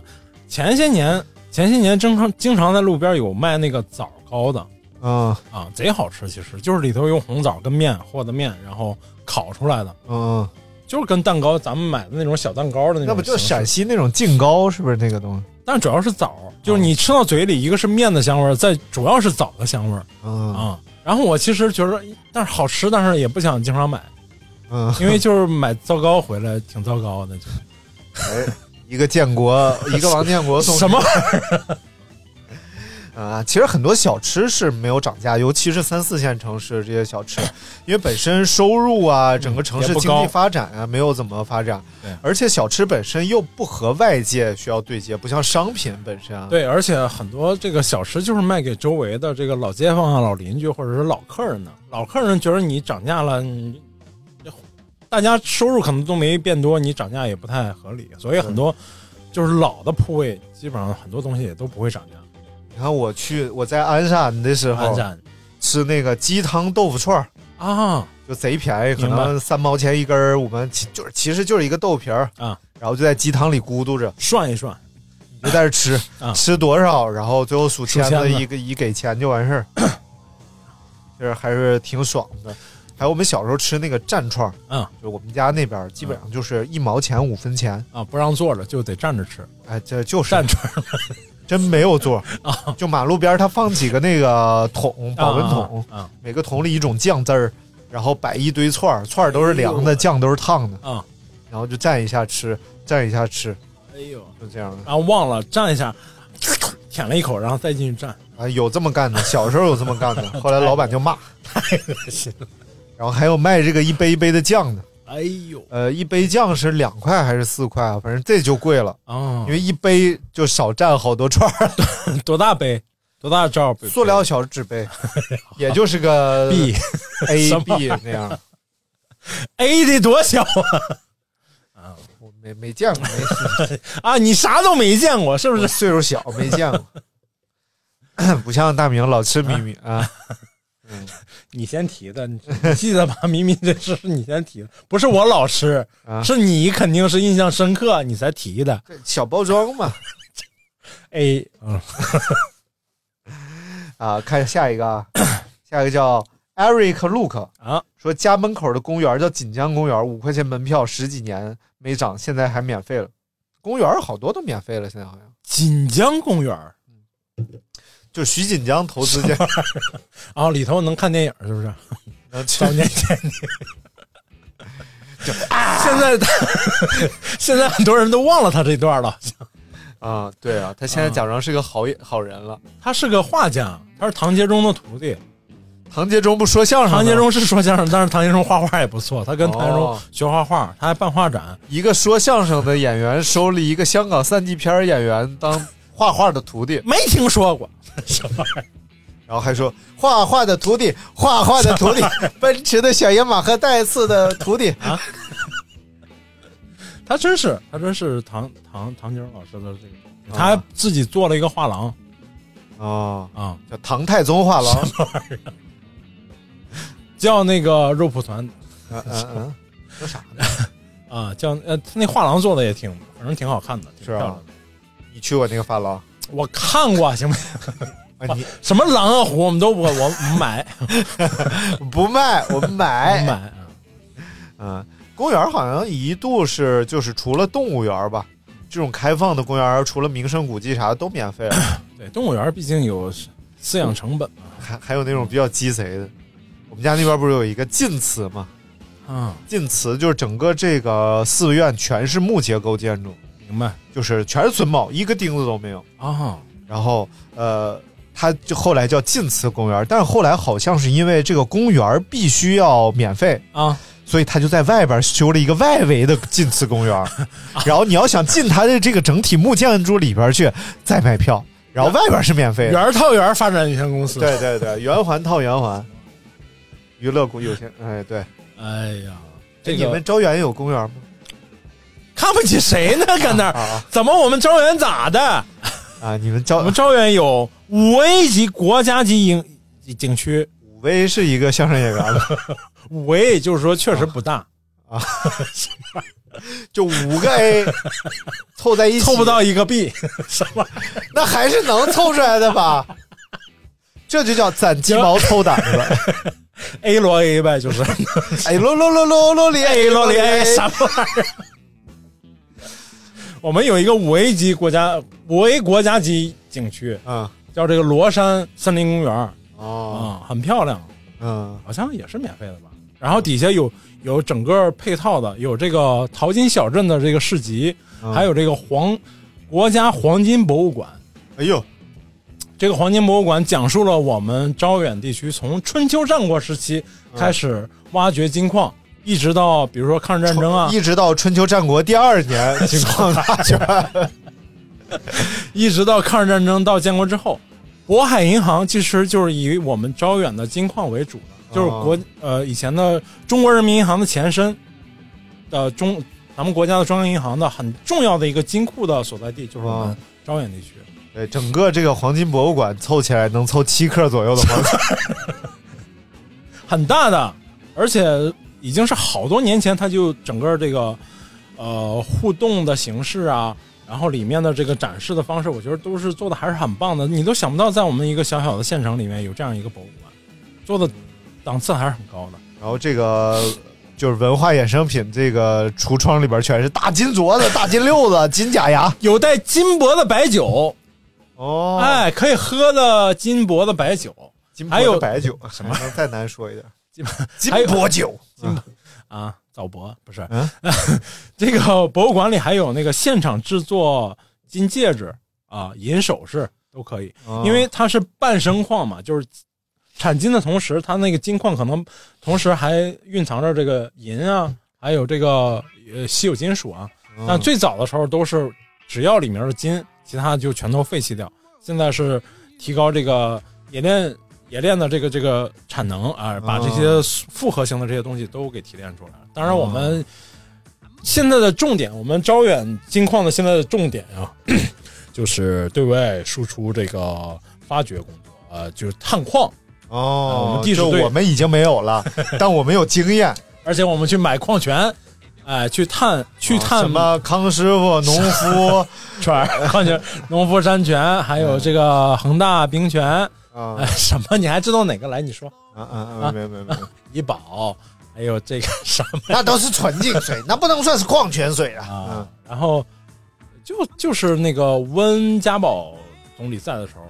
Speaker 3: 前些年前些年经常经常在路边有卖那个枣糕的
Speaker 2: 嗯
Speaker 3: 啊，贼好吃，其实就是里头用红枣跟面和的面，然后烤出来的，
Speaker 2: 嗯，
Speaker 3: 就是跟蛋糕咱们买的那种小蛋糕的那种形式。
Speaker 2: 那不就是陕西那种净糕是不是那个东西？
Speaker 3: 但主要是枣，就是你吃到嘴里，一个是面的香味儿，再主要是枣的香味儿
Speaker 2: 嗯
Speaker 3: 啊。然后我其实觉得，但是好吃，但是也不想经常买，
Speaker 2: 嗯，
Speaker 3: 因为就是买糟糕回来挺糟糕的，就
Speaker 2: 哎，一个建国，一个王建国送
Speaker 3: 什么玩意儿
Speaker 2: 啊，其实很多小吃是没有涨价，尤其是三四线城市这些小吃，因为本身收入啊，整个城
Speaker 3: 嗯
Speaker 2: 市
Speaker 3: 也不
Speaker 2: 经
Speaker 3: 高
Speaker 2: 济发展啊，没有怎么发展
Speaker 3: 对，
Speaker 2: 而且小吃本身又不和外界需要对接，不像商品本身啊。，
Speaker 3: 对，而且很多这个小吃就是卖给周围的这个老街坊啊、老邻居或者是老客人的。老客人觉得你涨价了，你大家收入可能都没变多，你涨价也不太合理。所以很多就是老的铺位，基本上很多东西也都不会涨价。
Speaker 2: 你看我去我在鞍山的时
Speaker 3: 安
Speaker 2: 候
Speaker 3: 展
Speaker 2: 吃那个鸡汤豆腐串儿，
Speaker 3: 啊，
Speaker 2: 就贼便宜，可
Speaker 3: 明白
Speaker 2: 能三毛钱一根儿，我们其就是其实就是一个豆皮儿
Speaker 3: 啊，
Speaker 2: 然后就在鸡汤里咕嘟着，
Speaker 3: 涮一涮，
Speaker 2: 你就在这吃，
Speaker 3: 啊
Speaker 2: 吃多少，然后最后数签
Speaker 3: 数
Speaker 2: 子
Speaker 3: 签子
Speaker 2: 一个一给钱就完 事儿，就是还是挺爽的。还有我们小时候吃那个蘸串儿，
Speaker 3: 嗯，
Speaker 2: 就我们家那边儿基本上就是一毛钱五分钱，
Speaker 3: 啊，不让坐着就得站着吃，
Speaker 2: 哎，这就是
Speaker 3: 站着
Speaker 2: 真没有座儿，就马路边儿他放几个那个桶保温桶，
Speaker 3: 哦啊啊啊
Speaker 2: 每个桶里一种酱汁儿，然后摆一堆串儿，串儿都是凉
Speaker 3: 哎
Speaker 2: 的，酱都是烫的，
Speaker 3: 啊，
Speaker 2: 然后就蘸一下吃，蘸一下吃，
Speaker 3: 哎呦，
Speaker 2: 就这样的
Speaker 3: 然后忘了蘸一下，舔了一口，然后再进去蘸，
Speaker 2: 啊，有这么干的，小时候有这么干的， 后来老板就骂，
Speaker 3: 太恶心了。
Speaker 2: 然后还有卖这个一杯一杯的酱的，
Speaker 3: 哎呦
Speaker 2: 呃，一杯酱是两块还是四块啊？反正这就贵了，
Speaker 3: 啊
Speaker 2: 因，为一杯就少蘸好多串儿，
Speaker 3: 多大杯？多大罩？
Speaker 2: 塑料小纸杯，也就是 个
Speaker 3: B
Speaker 2: A
Speaker 3: 什么
Speaker 2: B 那样，
Speaker 3: A 得多小啊！
Speaker 2: 我没没见过，没
Speaker 3: 啊，你啥都没见过是不
Speaker 2: 我
Speaker 3: 是？
Speaker 2: 岁数小没见过， 不像大明老吃米米 啊。
Speaker 3: 你先提的， 你你记得吧？明明这事是你先提的，不是我老吃，
Speaker 2: 啊
Speaker 3: 是你肯定是印象深刻，你才提的。
Speaker 2: 小包装嘛。
Speaker 3: A，嗯，
Speaker 2: 啊，看下一个，啊，下一个叫 Eric Look
Speaker 3: 啊，
Speaker 2: 说家门口的公园叫锦江公园，五块钱门票十几年没涨，现在还免费了。公园好多都免费了，现在好像
Speaker 3: 锦江公园儿
Speaker 2: 就徐锦江投资建
Speaker 3: 啊，里头能看电影是不是？
Speaker 2: 能去
Speaker 3: 早年间的。现在 他，现在很多人都忘了他这段了。
Speaker 2: 啊，对啊，他现
Speaker 3: 嗯
Speaker 2: 在假装是个好好人了。
Speaker 3: 他是个画家，他是唐杰忠的徒弟。
Speaker 2: 唐杰忠不说相声呢，
Speaker 3: 唐杰忠是说相声，但是唐杰忠画画也不错。他跟
Speaker 2: 哦
Speaker 3: 唐杰忠学画画，他还办画展。
Speaker 2: 一个说相声的演员收了一个香港三级片儿演员当画画的徒弟，
Speaker 3: 没听说过 什么玩意儿
Speaker 2: 然后还说画画的徒弟，画画 的徒弟，奔驰的小野马和戴次的徒弟，
Speaker 3: 他真是，他真是唐唐唐杰忠老师的这个，他还自己做了一个画廊
Speaker 2: 哦，
Speaker 3: 啊、
Speaker 2: 叫唐太宗画廊，
Speaker 3: 叫那个肉蒲团
Speaker 2: 嗯嗯嗯，说啥呢？
Speaker 3: 啊、叫呃，他那画廊做的也挺，反正挺好看的，挺
Speaker 2: 是
Speaker 3: 漂
Speaker 2: 啊
Speaker 3: 亮的。
Speaker 2: 你去过那个发廊？
Speaker 3: 我看过，行不行？
Speaker 2: 啊，你
Speaker 3: 什么狼啊虎，我们都不，我我 买
Speaker 2: 不卖，我们
Speaker 3: 我买
Speaker 2: 买。
Speaker 3: 啊。
Speaker 2: 嗯，公园好像一度是就是除了动物园吧，这种开放的公园，除了名胜古迹啥的都免费了，
Speaker 3: 对，动物园毕竟有饲养成本嘛。
Speaker 2: 还还有那种比较鸡贼的。我们家那边不是有一个晋祠吗？
Speaker 3: 啊，
Speaker 2: 晋祠就是整个这个寺院全是木结构建筑，
Speaker 3: 明白
Speaker 2: 就是全是榫卯，一个钉子都没有。
Speaker 3: 啊，
Speaker 2: 然后呃，它就后来叫晋祠公园，但是后来好像是因为这个公园必须要免费
Speaker 3: 啊，
Speaker 2: 所以他就在外边修了一个外围的晋祠 公园。然后你要想进它的这个整体木建筑里边去，再买票，然后外边是免费
Speaker 3: 园
Speaker 2: 的。
Speaker 3: 儿套园儿发展有限公司。
Speaker 2: 对，对对，圆环套圆环，娱乐公有限，哎对，
Speaker 3: 哎呀，
Speaker 2: 哎
Speaker 3: 这个
Speaker 2: 你们招远有公园吗？
Speaker 3: 看不起谁呢？搁那
Speaker 2: 啊
Speaker 3: 儿
Speaker 2: 啊，
Speaker 3: 怎么我们招远咋的？
Speaker 2: 啊，你们招
Speaker 3: 我们招远有五 A 级国家级景景区，
Speaker 2: 武威是一个相声演员吗？
Speaker 3: 五 A 就是说确实不大，
Speaker 2: 就五个 A 凑在一起，
Speaker 3: 凑不到一个 B，什 么玩意儿？
Speaker 2: 那还是能凑出来的 吧？这就叫攒鸡毛凑胆子。
Speaker 3: A 罗 A 呗，就是
Speaker 2: 哎，罗罗罗罗罗里
Speaker 3: A 罗 A 什
Speaker 2: 哎啥？
Speaker 3: 么玩意儿？我们有一个五 A 级国家五 A 国家级景区，
Speaker 2: 嗯，
Speaker 3: 叫这个罗山森林公园儿
Speaker 2: 哦，
Speaker 3: 啊，很漂亮，
Speaker 2: 嗯，
Speaker 3: 好像也是免费的吧。然后底下有有整个配套的，有这个淘金小镇的这个市集，
Speaker 2: 嗯
Speaker 3: 还有这个黄国家黄金博物馆。
Speaker 2: 哎呦，
Speaker 3: 这个黄金博物馆讲述了我们招远地区从春秋战国时期开始挖掘金矿，一直到比如说抗日战争啊，
Speaker 2: 一直到春秋战国第二年 情况大全。
Speaker 3: 一直到抗日战争到建国之后，渤海银行其实就是以我们招远的金矿为主的，就是国、呃以前的中国人民银行的前身的、呃中咱们国家的中央银行的很重要的一个金库的所在地，就是我
Speaker 2: 哦
Speaker 3: 们招远地区。
Speaker 2: 对，整个这个黄金博物馆凑起来能凑七克左右的黄金。
Speaker 3: 很大的，而且已经是好多年前，它就整个这个呃互动的形式啊，然后里面的这个展示的方式，我觉得都是做的还是很棒的。你都想不到，在我们一个小小的县城里面有这样一个博物馆，做的档次还是很高的。
Speaker 2: 然后这个就是文化衍生品，这个橱窗里边全是大金镯子、大金溜子、金假牙。
Speaker 3: 有带金箔的白酒，哎
Speaker 2: 哦，
Speaker 3: 哎，可以喝的金箔的白酒，
Speaker 2: 金
Speaker 3: 还
Speaker 2: 箔
Speaker 3: 有
Speaker 2: 的白酒，什么再难说一点？金
Speaker 3: 还有
Speaker 2: 箔酒，
Speaker 3: 啊，早博不是，
Speaker 2: 嗯
Speaker 3: 这个博物馆里还有那个现场制作金戒指啊、银首饰都可以，
Speaker 2: 哦
Speaker 3: 因为它是半生矿嘛，就是产金的同时，它那个金矿可能同时还蕴藏着这个银啊，还有这个呃稀有金属啊。但最早的时候都是只要里面是金，其他就全都废弃掉。现在是提高这个冶炼冶炼的这个这个产能啊，把这些复合型的这些东西都给提炼出来了。
Speaker 2: 啊
Speaker 3: 当然，我们现在的重点，我们招远金矿的现在的重点啊， 就是对外输出这个发掘工作，呃，就是探矿，我
Speaker 2: 哦
Speaker 3: 们，地质
Speaker 2: 就
Speaker 3: 队
Speaker 2: 我们已经没 有了，但我们有经验。
Speaker 3: 而且我们去买矿泉，哎、去探去探
Speaker 2: 啊什么康师傅、农 夫
Speaker 3: 泉儿、矿泉、农夫山泉，还有这个恒大冰泉，
Speaker 2: 啊
Speaker 3: 哎，什么？你还知道哪个来？你说
Speaker 2: 啊啊！没有没有没有，
Speaker 3: 怡宝，还有这个什么
Speaker 2: 那都是纯净水，那不能算是矿泉水啊。
Speaker 3: 啊？然后就就是那个温家宝总理在的时候，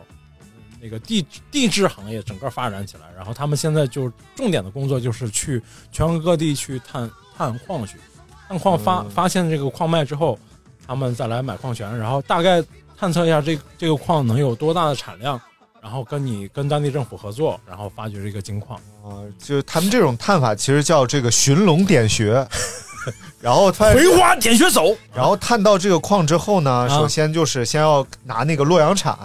Speaker 3: 那个地地质行业整个发展起来，然后他们现在就重点的工作就是去全国各地去探探矿去，探矿发、
Speaker 2: 嗯
Speaker 3: 发现这个矿脉之后，他们再来买矿权，然后大概探测一下这个这个矿能有多大的产量，然后跟你跟当地政府合作，然后发掘这个金矿。
Speaker 2: 啊，就是他们这种探法，其实叫这个寻龙 点穴。然后他，
Speaker 3: 葵花点穴手，啊
Speaker 2: 然后探到这个矿之后呢，首先就是先要拿那个洛阳铲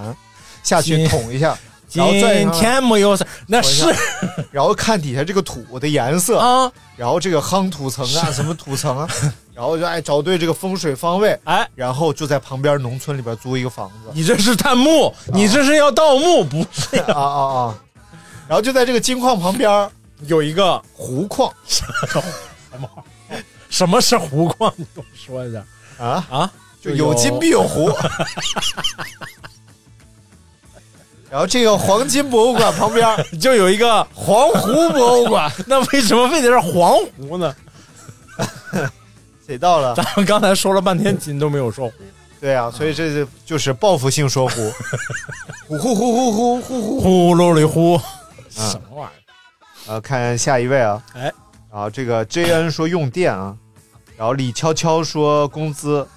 Speaker 2: 下去
Speaker 3: 金
Speaker 2: 捅一下，
Speaker 3: 今
Speaker 2: 然后再
Speaker 3: 天没有事，那是
Speaker 2: 然后看底下这个土的颜色，
Speaker 3: 啊，
Speaker 2: 然后这个夯土层啊，什么土层啊， 然后就哎找对这个风水方位，
Speaker 3: 哎，
Speaker 2: 然后就在旁边农村里边租一个房子，
Speaker 3: 你这是探墓，你这是要盗墓，不是？
Speaker 2: 啊啊啊，然后就在这个金矿旁边儿
Speaker 3: 有一个
Speaker 2: 湖矿
Speaker 3: 什么是湖矿？你给我说一下
Speaker 2: 啊，
Speaker 3: 啊？
Speaker 2: 就有金必有 湖。然后这个黄金博物馆旁边儿
Speaker 3: 有，就有一个
Speaker 2: 黄湖博物馆，
Speaker 3: 那为什么非得是黄湖呢？
Speaker 2: 谁到了？
Speaker 3: 咱们刚才说了半天金都没有说，
Speaker 2: 对啊，所以这就就是报复性说湖，呼呼呼呼呼呼呼。
Speaker 3: 呼噜里呼，什么玩意儿？
Speaker 2: 嗯呃，看下一位啊，
Speaker 3: 哎，
Speaker 2: 啊，这个 J N 说用电 啊，然后李悄悄说工资，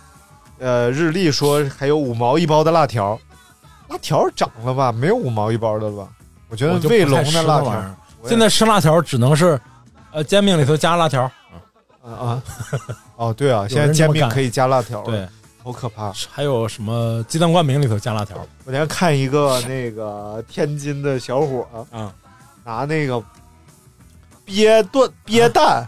Speaker 2: 呃，日历说还有五毛一包的辣条，辣条涨了吧？没有五毛一包的了吧？我觉得
Speaker 3: 我就不
Speaker 2: 卫
Speaker 3: 太
Speaker 2: 龙
Speaker 3: 吃
Speaker 2: 的
Speaker 3: 那
Speaker 2: 辣条
Speaker 3: 玩意儿，
Speaker 2: 我也
Speaker 3: 现在吃辣条只能是，呃，煎饼里头加辣条。
Speaker 2: 啊啊，哦 对啊，
Speaker 3: 人
Speaker 2: 现在
Speaker 3: 这
Speaker 2: 煎
Speaker 3: 么
Speaker 2: 饼
Speaker 3: 干
Speaker 2: 可以加辣条，
Speaker 3: 对，，
Speaker 2: 好可怕。
Speaker 3: 还有什么鸡蛋灌饼里头加辣条
Speaker 2: 我那天看一个那个天津的小伙 儿
Speaker 3: 啊？
Speaker 2: 拿那个鳖炖鳖 蛋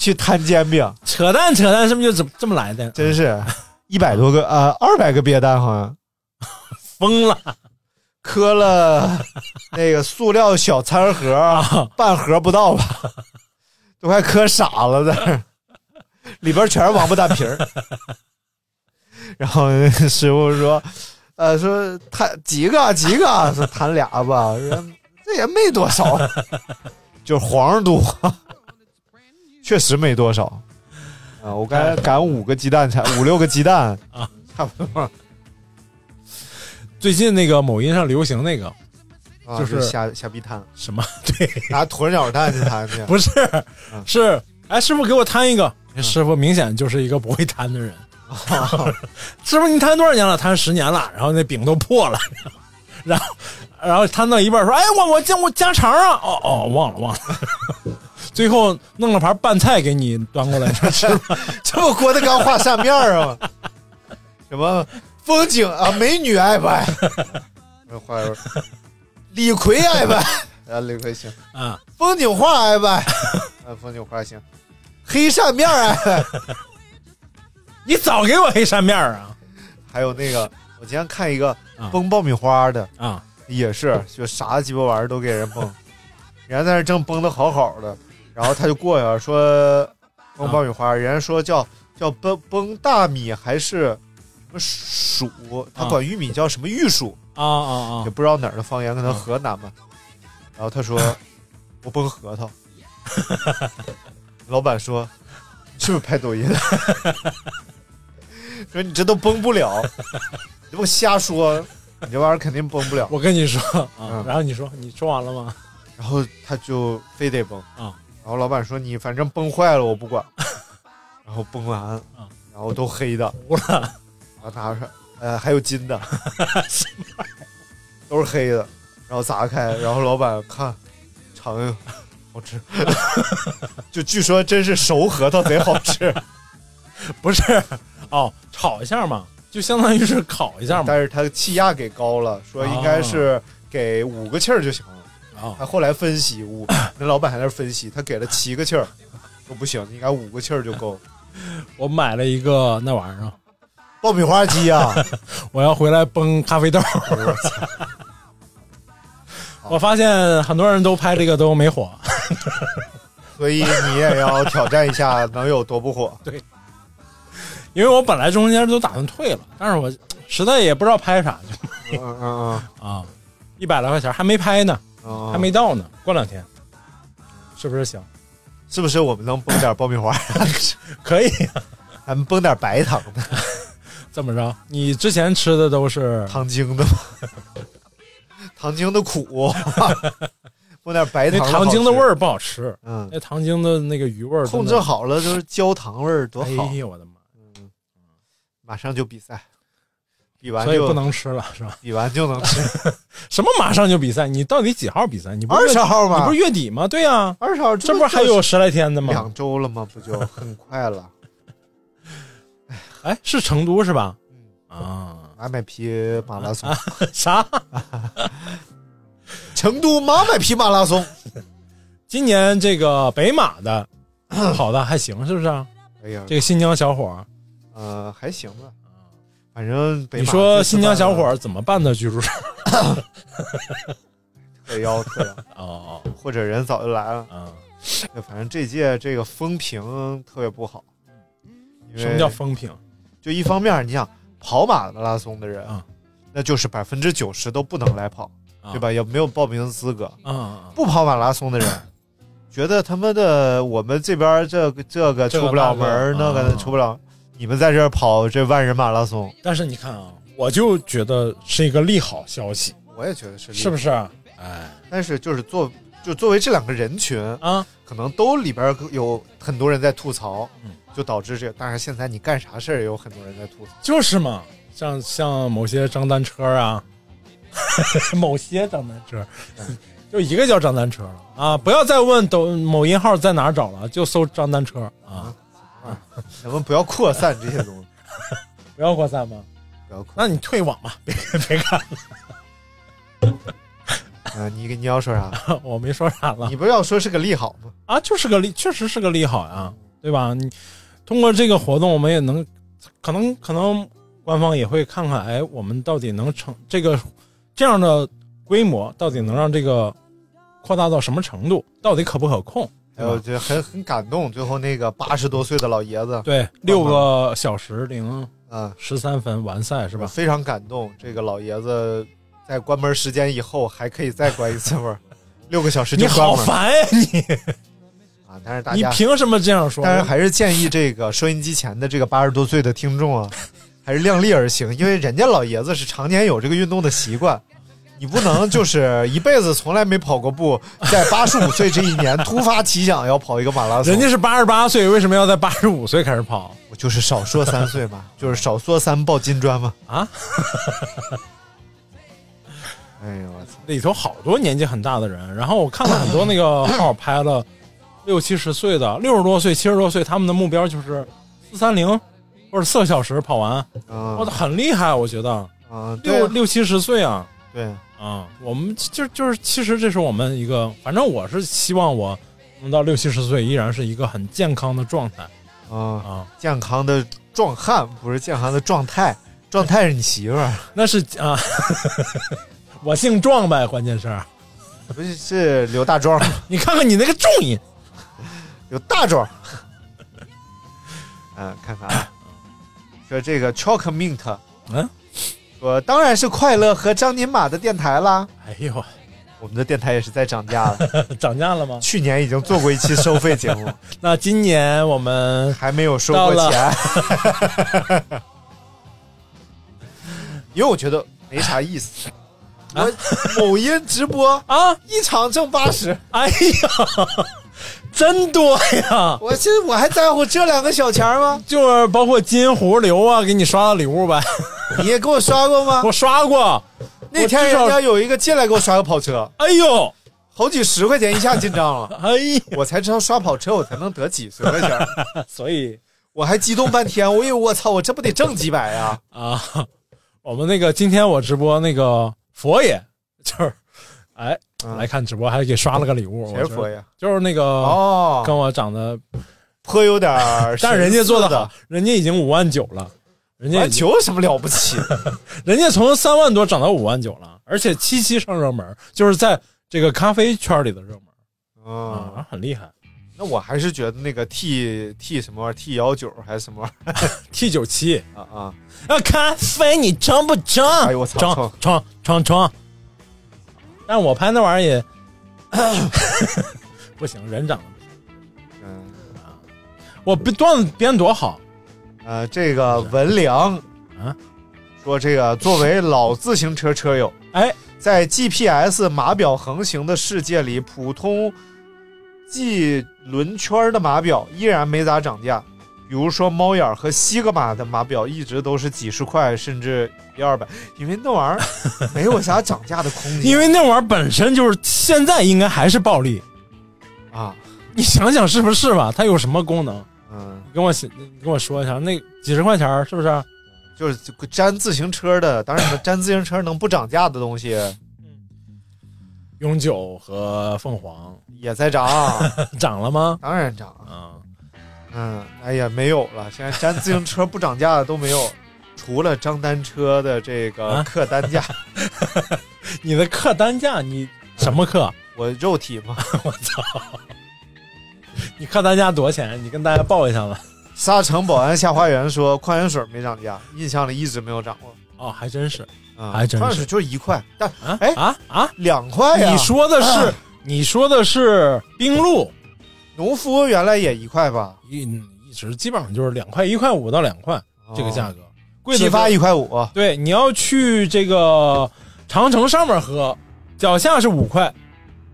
Speaker 2: 去摊煎饼，
Speaker 3: 扯淡扯淡，是不是就这么这么来的？
Speaker 2: 真是一百多个呃二百个鳖蛋好像。
Speaker 3: 疯了！
Speaker 2: 磕 了那个塑料小餐盒
Speaker 3: 啊
Speaker 2: 儿，半盒不到吧，都快磕傻了在那儿，里边全是王八蛋 皮儿。然后那个师傅说：“呃，说谈几个啊几个啊，说谈俩吧，说这也没多少，就是皇 上多，确实没多少。”啊，我刚才赶五个鸡蛋才五六个鸡蛋
Speaker 3: 哎啊，
Speaker 2: 差不多，
Speaker 3: 最近那个某音上流行那个
Speaker 2: 啊
Speaker 3: 就是
Speaker 2: 瞎瞎逼摊。
Speaker 3: 什么？ 对，
Speaker 2: 拿鸵鸟蛋去弹 去。
Speaker 3: 不是，是哎，师傅给我摊一个。师傅明显就是一个不会摊的人。 师傅，你摊多少年了？摊十年了，然后那饼都破了， 然后然后摊到一半说：“哎，我我加我加肠啊！”哦哦，忘了忘了。 最后弄了盘拌菜给你端过来，说吃 吧。
Speaker 2: 这不郭德纲画扇面儿啊？ 什么风景啊？美女爱不 爱？画一会儿李逵爱不爱？啊，李逵行。
Speaker 3: 啊，
Speaker 2: 风景画爱不爱？ 啊，风景画行。黑扇面儿爱不爱？
Speaker 3: 你早给我黑扇面儿啊
Speaker 2: 还有那个，我今天看一个
Speaker 3: 啊
Speaker 2: 崩爆米花的，
Speaker 3: 啊！
Speaker 2: 也是就啥鸡巴玩意儿都给人崩，人家在那儿正崩的好好的，然后他就过去了说崩爆米
Speaker 3: 啊
Speaker 2: 花，人家说叫叫崩崩大米还是什么薯，他
Speaker 3: 啊
Speaker 2: 管玉米叫什么玉薯，
Speaker 3: 啊啊啊
Speaker 2: 也！不知道哪儿的方言，可能
Speaker 3: 啊
Speaker 2: 河南吧。然后他说我崩核桃，老板说你是不是拍抖音？啊 说你这都崩不了，你不瞎说，你这玩意儿肯定崩不了。
Speaker 3: 我跟你说啊，
Speaker 2: 嗯
Speaker 3: 然后你说你说完了吗？
Speaker 2: 然后他就非得崩
Speaker 3: 啊
Speaker 2: 然后老板说你反正崩坏了我不 管，然后崩完
Speaker 3: 啊
Speaker 2: 然后都黑的，
Speaker 3: 糊了，
Speaker 2: 然后拿出来，呃，还 有金的，都是黑的，然后砸开，然后老板看，尝一口，好吃， 就据说真是熟核桃贼好吃，
Speaker 3: 不是哦，炒一下嘛，就相当于是烤一下嘛。
Speaker 2: 但是他气压给高了，说应
Speaker 3: 哦
Speaker 2: 该是给五个气儿就行了。
Speaker 3: 啊
Speaker 2: 他后来分析五， 那老板还在那儿分析，他给了七个气儿，说不行，应该五个气儿就够。
Speaker 3: 我买了一个那玩意儿，啊
Speaker 2: 爆米花机啊，
Speaker 3: 我要回来崩咖啡豆。 我发现很多人都拍这个都没 火，
Speaker 2: 所以你也要挑战一下能有多不火。
Speaker 3: 因为我本来中间都打算退了，但是我实在也不知道拍啥去
Speaker 2: 嗯嗯嗯
Speaker 3: 啊，一百来块钱还没拍呢，
Speaker 2: 嗯，
Speaker 3: 还没到呢，过两天是不是行？
Speaker 2: 是不是我们能崩点爆米花？
Speaker 3: 可以
Speaker 2: 咱们崩点白糖的、
Speaker 3: 这么着？你之前吃的都是
Speaker 2: 糖精的吗？ 糖精的苦，啊崩点白
Speaker 3: 那
Speaker 2: 糖的好吃
Speaker 3: 糖精的味，儿不好吃，
Speaker 2: 嗯，
Speaker 3: 那糖精的那个鱼味儿真的
Speaker 2: 控制。好了就是焦糖味儿多
Speaker 3: 哎
Speaker 2: 好。
Speaker 3: 呦我的妈！
Speaker 2: 马上就比赛，比完
Speaker 3: 所以
Speaker 2: 就
Speaker 3: 不能吃了是吧？
Speaker 2: 比完就能 吃。
Speaker 3: 什么马上就比赛？你到底几号比赛？你不是
Speaker 2: 20号吗
Speaker 3: 你不是月底吗？对呀、
Speaker 2: 二十号
Speaker 3: 这不是还有十来天的吗？
Speaker 2: 两周了吗？不就很 快了？
Speaker 3: 哎，是成都是吧？
Speaker 2: 嗯
Speaker 3: 啊，
Speaker 2: 马买皮马拉松，
Speaker 3: 啥？
Speaker 2: 成都马买皮马拉松。
Speaker 3: 今年这个北马 的跑的还行，是不是啊？
Speaker 2: 哎呀，
Speaker 3: 这个新疆小伙儿，
Speaker 2: 呃还行吧，反正北
Speaker 3: 你
Speaker 2: 马
Speaker 3: 说
Speaker 2: 这次
Speaker 3: 新疆小伙
Speaker 2: 办
Speaker 3: 儿怎么办的居住证？
Speaker 2: 了特邀特 邀，
Speaker 3: 哦
Speaker 2: 或者人早就来了
Speaker 3: 哦，。啊，
Speaker 2: 对反正这届这个风评特别不好。因为
Speaker 3: 什么叫风评？
Speaker 2: 就一方面，你想跑马拉松的人，
Speaker 3: 啊
Speaker 2: 那就是百分之九十都不能来跑，
Speaker 3: 啊
Speaker 2: 对吧？也没有报名的资格。
Speaker 3: 啊啊，
Speaker 2: 不跑马拉松的人， 觉得他妈的我们这边这个这个啊
Speaker 3: 这个
Speaker 2: 出不了门儿，
Speaker 3: 那
Speaker 2: 那
Speaker 3: 个
Speaker 2: 个出不了。你们在这儿跑这万人马拉松，
Speaker 3: 但是你看啊，我就觉得是一个利好消息，
Speaker 2: 我也觉得是
Speaker 3: 是不
Speaker 2: 是？
Speaker 3: 是？哎
Speaker 2: 但是就是作就作为这两个人群，
Speaker 3: 啊，
Speaker 2: 可能都里边有很多人在吐槽
Speaker 3: 嗯，
Speaker 2: 就导致这个。但是现在你干啥事儿也有很多人在吐槽。
Speaker 3: 就是嘛，像像某些张单车啊， 某些张单车，就一个叫张单车了啊！不要再问抖某音号在哪儿找了，就搜张单车啊！
Speaker 2: 咱们不要扩散这些 东西，
Speaker 3: 不要扩散吗？
Speaker 2: 不要扩散。
Speaker 3: 那你退网吧， 别别看
Speaker 2: 嗯、你你要说啥？
Speaker 3: 了，我没说啥了
Speaker 2: 你不是要说是个利好吗？
Speaker 3: 啊，就是个利，确实是个利好呀，对吧？你通过这个活动，我们也能可能可能官方也会看看，哎，我们到底能成这个这样的规模，到底能让这个扩大到什么程度，到底可不可控？
Speaker 2: 还有哎就很很感动，最后那个八十多岁的老爷子，
Speaker 3: 对，六个小时零
Speaker 2: 嗯，
Speaker 3: 十三分完赛是
Speaker 2: 是
Speaker 3: 吧？
Speaker 2: 非常感动，这个老爷子在关门时间以后还可以再关一次门，六个小时
Speaker 3: 你
Speaker 2: 就
Speaker 3: 好
Speaker 2: 关门
Speaker 3: 烦呀、
Speaker 2: 啊！但是大
Speaker 3: 你！你
Speaker 2: 家，
Speaker 3: 凭什么这样说？
Speaker 2: 但是还是建议这个收音机前的这个八十多岁的听众啊，还是量力而行，因为人家老爷子是常年有这个运动的习惯。你不能就是一辈子从来没跑过步，在八十五岁这一年突发奇想要跑一个马拉松，
Speaker 3: 人家是八十八岁，为什么要在八十五岁开始跑
Speaker 2: 我就是少说三岁嘛，就是少说三抱金砖嘛。
Speaker 3: 啊？
Speaker 2: 哎呦我操！
Speaker 3: 里头好多年纪很大的人，然后我看了很多那 个号拍了六七十岁的、六十多岁、七十多岁，他们的目标就是四三零或者四个小时跑完，我、
Speaker 2: 嗯
Speaker 3: 的很厉害，我觉得
Speaker 2: 嗯，对
Speaker 3: 六
Speaker 2: 啊
Speaker 3: 六七十岁啊
Speaker 2: 对，
Speaker 3: 啊、我们就就是其实这是我们一个，反正我是希望我能到六七十岁依然是一个很健康的状态
Speaker 2: 嗯，
Speaker 3: 啊，
Speaker 2: 健康的壮汉不是健康的状态，状态是你媳妇儿，
Speaker 3: 那是啊， 我姓壮呗，关键是
Speaker 2: 不是是刘大壮，
Speaker 3: 你看看你那个重音，
Speaker 2: 刘大壮。嗯，看看 啊，说这个 Chalk Mint
Speaker 3: 嗯，
Speaker 2: 说当然是快乐和张宁马的电台啦，
Speaker 3: 哎呦，
Speaker 2: 我们的电台也是在涨价了，
Speaker 3: 涨价了吗？
Speaker 2: 去年已经做过一期收费节目，
Speaker 3: 那今年我们
Speaker 2: 还没有收过
Speaker 3: 到
Speaker 2: 钱，因为我觉得没啥意思。我某音直播
Speaker 3: 啊！
Speaker 2: 一场挣八十，
Speaker 3: 哎呀， 真多呀！
Speaker 2: 我现在我还在乎这两个小钱儿吗？
Speaker 3: 就是包括金狐流啊，给你刷的礼物 呗。
Speaker 2: 你也给我刷过吗？
Speaker 3: 我刷过，
Speaker 2: 那天
Speaker 3: 至少
Speaker 2: 人家有一个进来给我刷个跑车，
Speaker 3: 哎呦，
Speaker 2: 好几十块钱一下进账了，
Speaker 3: 哎呀，
Speaker 2: 我才知道刷跑车我才能得几十块钱儿，
Speaker 3: 所以
Speaker 2: 我还激动半天，我以为我操，我这不得挣几百呀？
Speaker 3: 啊， 我们那个今天我直播那个佛爷，就是哎、
Speaker 2: 嗯
Speaker 3: 来看直播还给刷了个礼物，
Speaker 2: 谁是佛？爷？
Speaker 3: 就是那个、
Speaker 2: 哦，
Speaker 3: 跟我长得，
Speaker 2: 颇有点儿神似，
Speaker 3: 但是人家做的好
Speaker 2: 的，，
Speaker 3: 人家已经五万九了，人家
Speaker 2: 完
Speaker 3: 已经
Speaker 2: 球有什么了 不起？
Speaker 3: 人家从三万多涨到五万九了，而且七七上热门，就是在这个咖啡圈里的热门
Speaker 2: 嗯，
Speaker 3: 啊，很厉害。
Speaker 2: 那我还是觉得那个 T T 什么玩意儿 T 幺九还是什么玩意
Speaker 3: T 九七
Speaker 2: 儿啊啊！
Speaker 3: 啊，咖啡你装不装？
Speaker 2: 哎呦我操
Speaker 3: 装
Speaker 2: 操
Speaker 3: 装装装！但我拍那玩意儿也 不行，人长得不行。
Speaker 2: 嗯，
Speaker 3: 我不段子编多好，
Speaker 2: 呃，这个文良
Speaker 3: 啊，
Speaker 2: 说这个作为老自行车车友，
Speaker 3: 哎，
Speaker 2: 在 GPS 码表横行的世界里，普通系轮圈的码表依然没咋涨价。比如说猫眼儿和西格玛的码表一直都是几十块，甚至一二百，因为那玩意儿没有啥涨价的空间。
Speaker 3: 因为那玩意儿本身就是现在应该还是暴利，
Speaker 2: 啊，
Speaker 3: 你想想是不是吧？它有什么功能？
Speaker 2: 嗯，
Speaker 3: 你跟我你跟我说一下，那几十块钱儿是啊不是？
Speaker 2: 就是粘自行车的，当然粘自行车能不涨价的东西
Speaker 3: 永久和凤凰
Speaker 2: 也在涨，
Speaker 3: 涨了吗？
Speaker 2: 当然涨。
Speaker 3: 啊，
Speaker 2: 嗯，哎呀，没有了，现在粘自行车不涨价的都没有，除了张单车的这
Speaker 3: 啊
Speaker 2: 个客单价，
Speaker 3: 你的客单价你什么课？
Speaker 2: 我肉体嘛，
Speaker 3: 你客单价多少钱？你跟大家报一下吧。
Speaker 2: 沙城保安下花园说矿泉水没涨价，印象里一直没有涨过。
Speaker 3: 哦，还真是
Speaker 2: 啊、
Speaker 3: 还真是
Speaker 2: 矿泉水就是一块，但
Speaker 3: 啊
Speaker 2: 哎
Speaker 3: 啊啊！
Speaker 2: 两块呀。
Speaker 3: 你说的是你说的是冰露，
Speaker 2: 农夫原来也一块吧？
Speaker 3: 一一直基本上就是两块一块五到两块这个价
Speaker 2: 格，
Speaker 3: 格，贵的
Speaker 2: 哦批发
Speaker 3: 时候
Speaker 2: 一块五，
Speaker 3: 对，你要去这个长城上面喝，脚下是五块，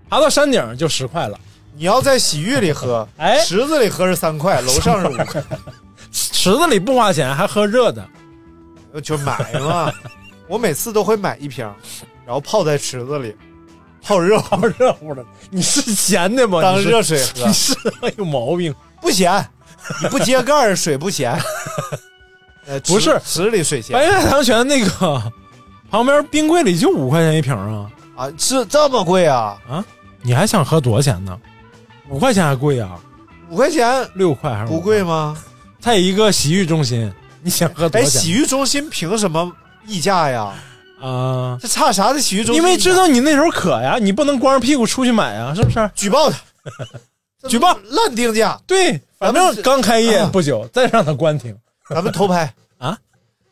Speaker 3: 爬到山顶就十块了。
Speaker 2: 你要在洗浴里喝，
Speaker 3: 哎
Speaker 2: 池子里喝是三块，楼上是五块，
Speaker 3: 池子里不花钱，还喝热 的，
Speaker 2: 呃就买嘛。我每次都会买一瓶，然后泡在池子里，泡热乎
Speaker 3: 泡哦热乎的。你是闲的吗？
Speaker 2: 当
Speaker 3: 你是
Speaker 2: 热水喝
Speaker 3: 你。是 有毛病？
Speaker 2: 不咸，你不揭盖儿水 不咸。呃，
Speaker 3: 不是哎
Speaker 2: 池池里水咸
Speaker 3: 白菜糖泉那个旁边冰柜里就五块钱一瓶啊，
Speaker 2: 啊，是这么贵啊？
Speaker 3: 你还想喝多少钱呢？五块钱还贵啊？
Speaker 2: 五块钱
Speaker 3: 六块还是
Speaker 2: 不贵？吗？
Speaker 3: 它有一个洗浴中心，你想喝多
Speaker 2: 哎，
Speaker 3: 少
Speaker 2: 洗
Speaker 3: 钱
Speaker 2: 浴中心凭什么溢价呀？
Speaker 3: 啊？
Speaker 2: 这差啥的洗浴中
Speaker 3: 因
Speaker 2: 心？
Speaker 3: 为知道你那时候渴呀，你不能光着屁股出去买啊呀，是不是？
Speaker 2: 举报他，
Speaker 3: 举报
Speaker 2: 烂定价，
Speaker 3: 对，反
Speaker 2: 咱们
Speaker 3: 正
Speaker 2: 是
Speaker 3: 刚开业
Speaker 2: 啊
Speaker 3: 不久，再让它关停，
Speaker 2: 咱们偷拍
Speaker 3: 啊，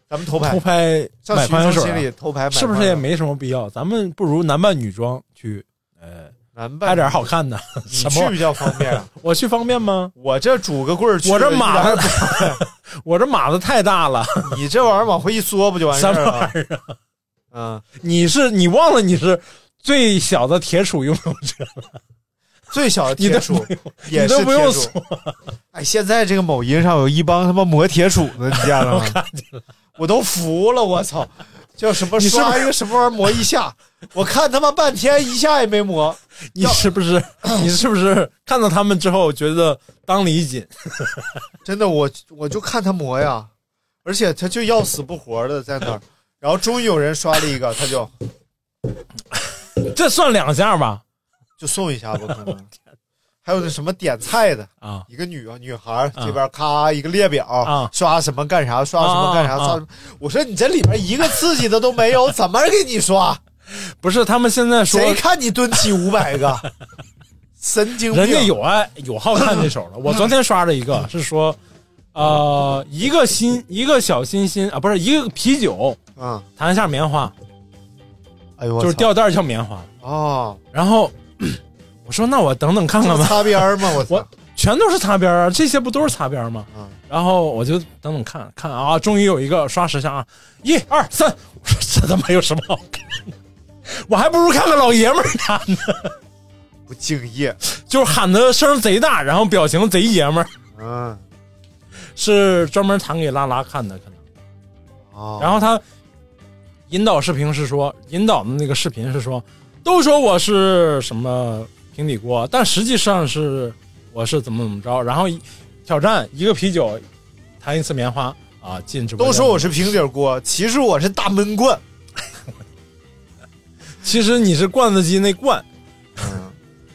Speaker 2: 咱们偷拍
Speaker 3: 偷，拍
Speaker 2: 哎上洗
Speaker 3: 买矿
Speaker 2: 浴
Speaker 3: 泉
Speaker 2: 中
Speaker 3: 水
Speaker 2: 心
Speaker 3: 啊
Speaker 2: 里，偷拍买，
Speaker 3: 是不是也？没什么必要？咱们不如男扮女装去，呃，
Speaker 2: 咱
Speaker 3: 拍
Speaker 2: 办
Speaker 3: 点，好看的。
Speaker 2: 你
Speaker 3: 什
Speaker 2: 去
Speaker 3: 么？
Speaker 2: 比较方便啊。
Speaker 3: 我去方便吗？
Speaker 2: 我这拄个棍儿去，
Speaker 3: 我这
Speaker 2: 一点
Speaker 3: 码
Speaker 2: 儿
Speaker 3: 子， 我这码子太大了。
Speaker 2: 不，你这玩意儿往回一缩不就完事
Speaker 3: 什
Speaker 2: 儿
Speaker 3: 么玩
Speaker 2: 了？
Speaker 3: 意儿？啊
Speaker 2: 嗯，
Speaker 3: 你是你忘了你是最小的铁杵拥有者，
Speaker 2: 最小的
Speaker 3: 你
Speaker 2: 铁
Speaker 3: 都
Speaker 2: 杵
Speaker 3: 不用
Speaker 2: 也
Speaker 3: 你
Speaker 2: 是
Speaker 3: 都不
Speaker 2: 铁
Speaker 3: 用
Speaker 2: 杵。
Speaker 3: 说，
Speaker 2: 哎，现在这个某音上有一帮他妈磨铁杵的，你见了吗？我都服了，我操！叫什么
Speaker 3: 你是不是
Speaker 2: 刷一个什么玩意儿磨一下，我看他妈半天一下也没磨。
Speaker 3: 你是不 是你是不是看到他们之后觉得当礼锦？
Speaker 2: 真的，我我就看他磨呀，而且他就要死不活的在那 儿。然后终于有人刷了一个，他就
Speaker 3: 这算两下吧？
Speaker 2: 就送一下吧， 可能。还有那什么点菜的，
Speaker 3: 啊，
Speaker 2: 一个女女孩儿这边咔一个列表
Speaker 3: 啊
Speaker 2: 刷什么干啥，刷什么干啥，
Speaker 3: 啊啊啊
Speaker 2: 刷什么。我说你这里边一个刺激的都没有，怎么给你刷？
Speaker 3: 不是他们现在说
Speaker 2: 谁看你蹲起五百个？ 神经病！
Speaker 3: 人家有爱有好看这 手了。我昨天刷了一个，是说，呃，一个心一个小心心啊，不是一个啤酒
Speaker 2: 啊、
Speaker 3: 弹一下棉花，
Speaker 2: 哎呦，我
Speaker 3: 就是
Speaker 2: 操
Speaker 3: 吊带儿叫棉花。
Speaker 2: 哦，
Speaker 3: 然后 我说那我等等看
Speaker 2: 这
Speaker 3: 看
Speaker 2: 不
Speaker 3: 吧，
Speaker 2: 擦边儿吗？我操
Speaker 3: 我全都是擦边儿啊，这些不都是擦边儿吗？
Speaker 2: 嗯
Speaker 3: 然后我就等等看看啊，终于有一个刷十下啊，一二三，我说这他妈有什么好看的？我还不如看看老爷们儿呢。
Speaker 2: 不敬业，
Speaker 3: 就是喊的声贼大，然后表情贼爷们儿，
Speaker 2: 嗯，
Speaker 3: 是专门弹给拉拉看的，可能。
Speaker 2: 哦，
Speaker 3: 然后他引导视频是说，引导的那个视频是说，都说我是什么平底锅，但实际上是我是怎么怎么着，然后一挑战一个啤酒弹一次棉花啊，进直播
Speaker 2: 都
Speaker 3: 间
Speaker 2: 说我是平底锅，其实我是大闷棍，
Speaker 3: 其实你是罐子鸡那罐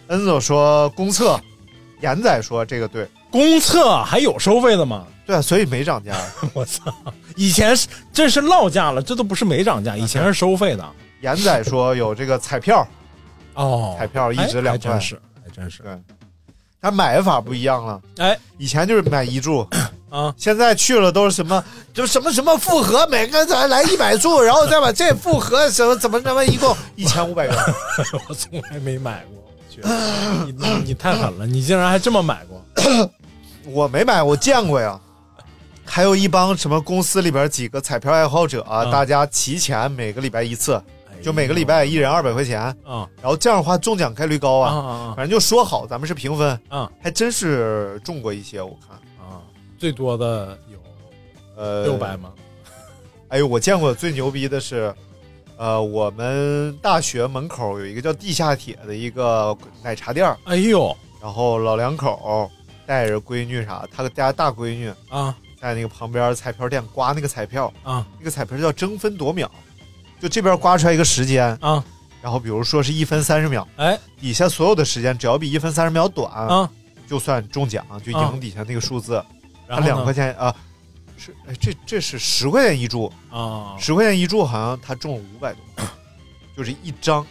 Speaker 2: 恩总说公测，严仔说这个对，
Speaker 3: 公测还有收费的吗？
Speaker 2: 对啊，所以没涨价。
Speaker 3: 我操！以前是这是落价了，这都不是没涨价，
Speaker 2: 嗯
Speaker 3: 以前是收费的。
Speaker 2: 严仔说有这个彩票，
Speaker 3: 哦，
Speaker 2: 彩票一直两
Speaker 3: 哎还
Speaker 2: 块
Speaker 3: 真是，还真是。
Speaker 2: 对，但买法不一样了，
Speaker 3: 哎
Speaker 2: 以前就是买一注，
Speaker 3: 啊，
Speaker 2: 现在去了都是什么，就什么什么复合，每个咱来一百注，然后再把这复合什么怎么怎么，一共一千五百元。
Speaker 3: 我从来没买过，我去， 你你你太狠了，你竟然还这么买过？
Speaker 2: 我没买，我见过呀。还有一帮什么公司里边几个彩票爱好者啊，
Speaker 3: 嗯
Speaker 2: 大家提前每个礼拜一次，就每个礼拜一人二百块钱，
Speaker 3: 啊
Speaker 2: 然后这样的话中奖概率高
Speaker 3: 啊
Speaker 2: 啊。
Speaker 3: 啊
Speaker 2: 反正就说好，咱们是平分，
Speaker 3: 啊
Speaker 2: 还真是中过一些，我看，
Speaker 3: 啊！最多的有
Speaker 2: 呃，
Speaker 3: 六百。吗？
Speaker 2: 哎呦，我见过最牛逼的是，呃，我们大学门口有一个叫地下铁的一个奶茶店儿，
Speaker 3: 哎呦
Speaker 2: 然后老两口带着闺女啥，他家大闺女
Speaker 3: 啊
Speaker 2: 在那个旁边彩票店刮那个彩票，
Speaker 3: 啊
Speaker 2: 那个彩票叫争分夺秒，就这边刮出来一个时间，
Speaker 3: 啊！
Speaker 2: 然后比如说是一分三十秒，
Speaker 3: 哎
Speaker 2: 底下所有的时间只要比一分三十秒短，
Speaker 3: 啊，
Speaker 2: 就算中奖，就
Speaker 3: 啊
Speaker 2: 赢底下那个数字。他
Speaker 3: 然后
Speaker 2: 两块
Speaker 3: 呢
Speaker 2: 钱啊，是哎这这是十块钱一注，
Speaker 3: 啊
Speaker 2: 十块钱一注好像他中了五百多，就是一张，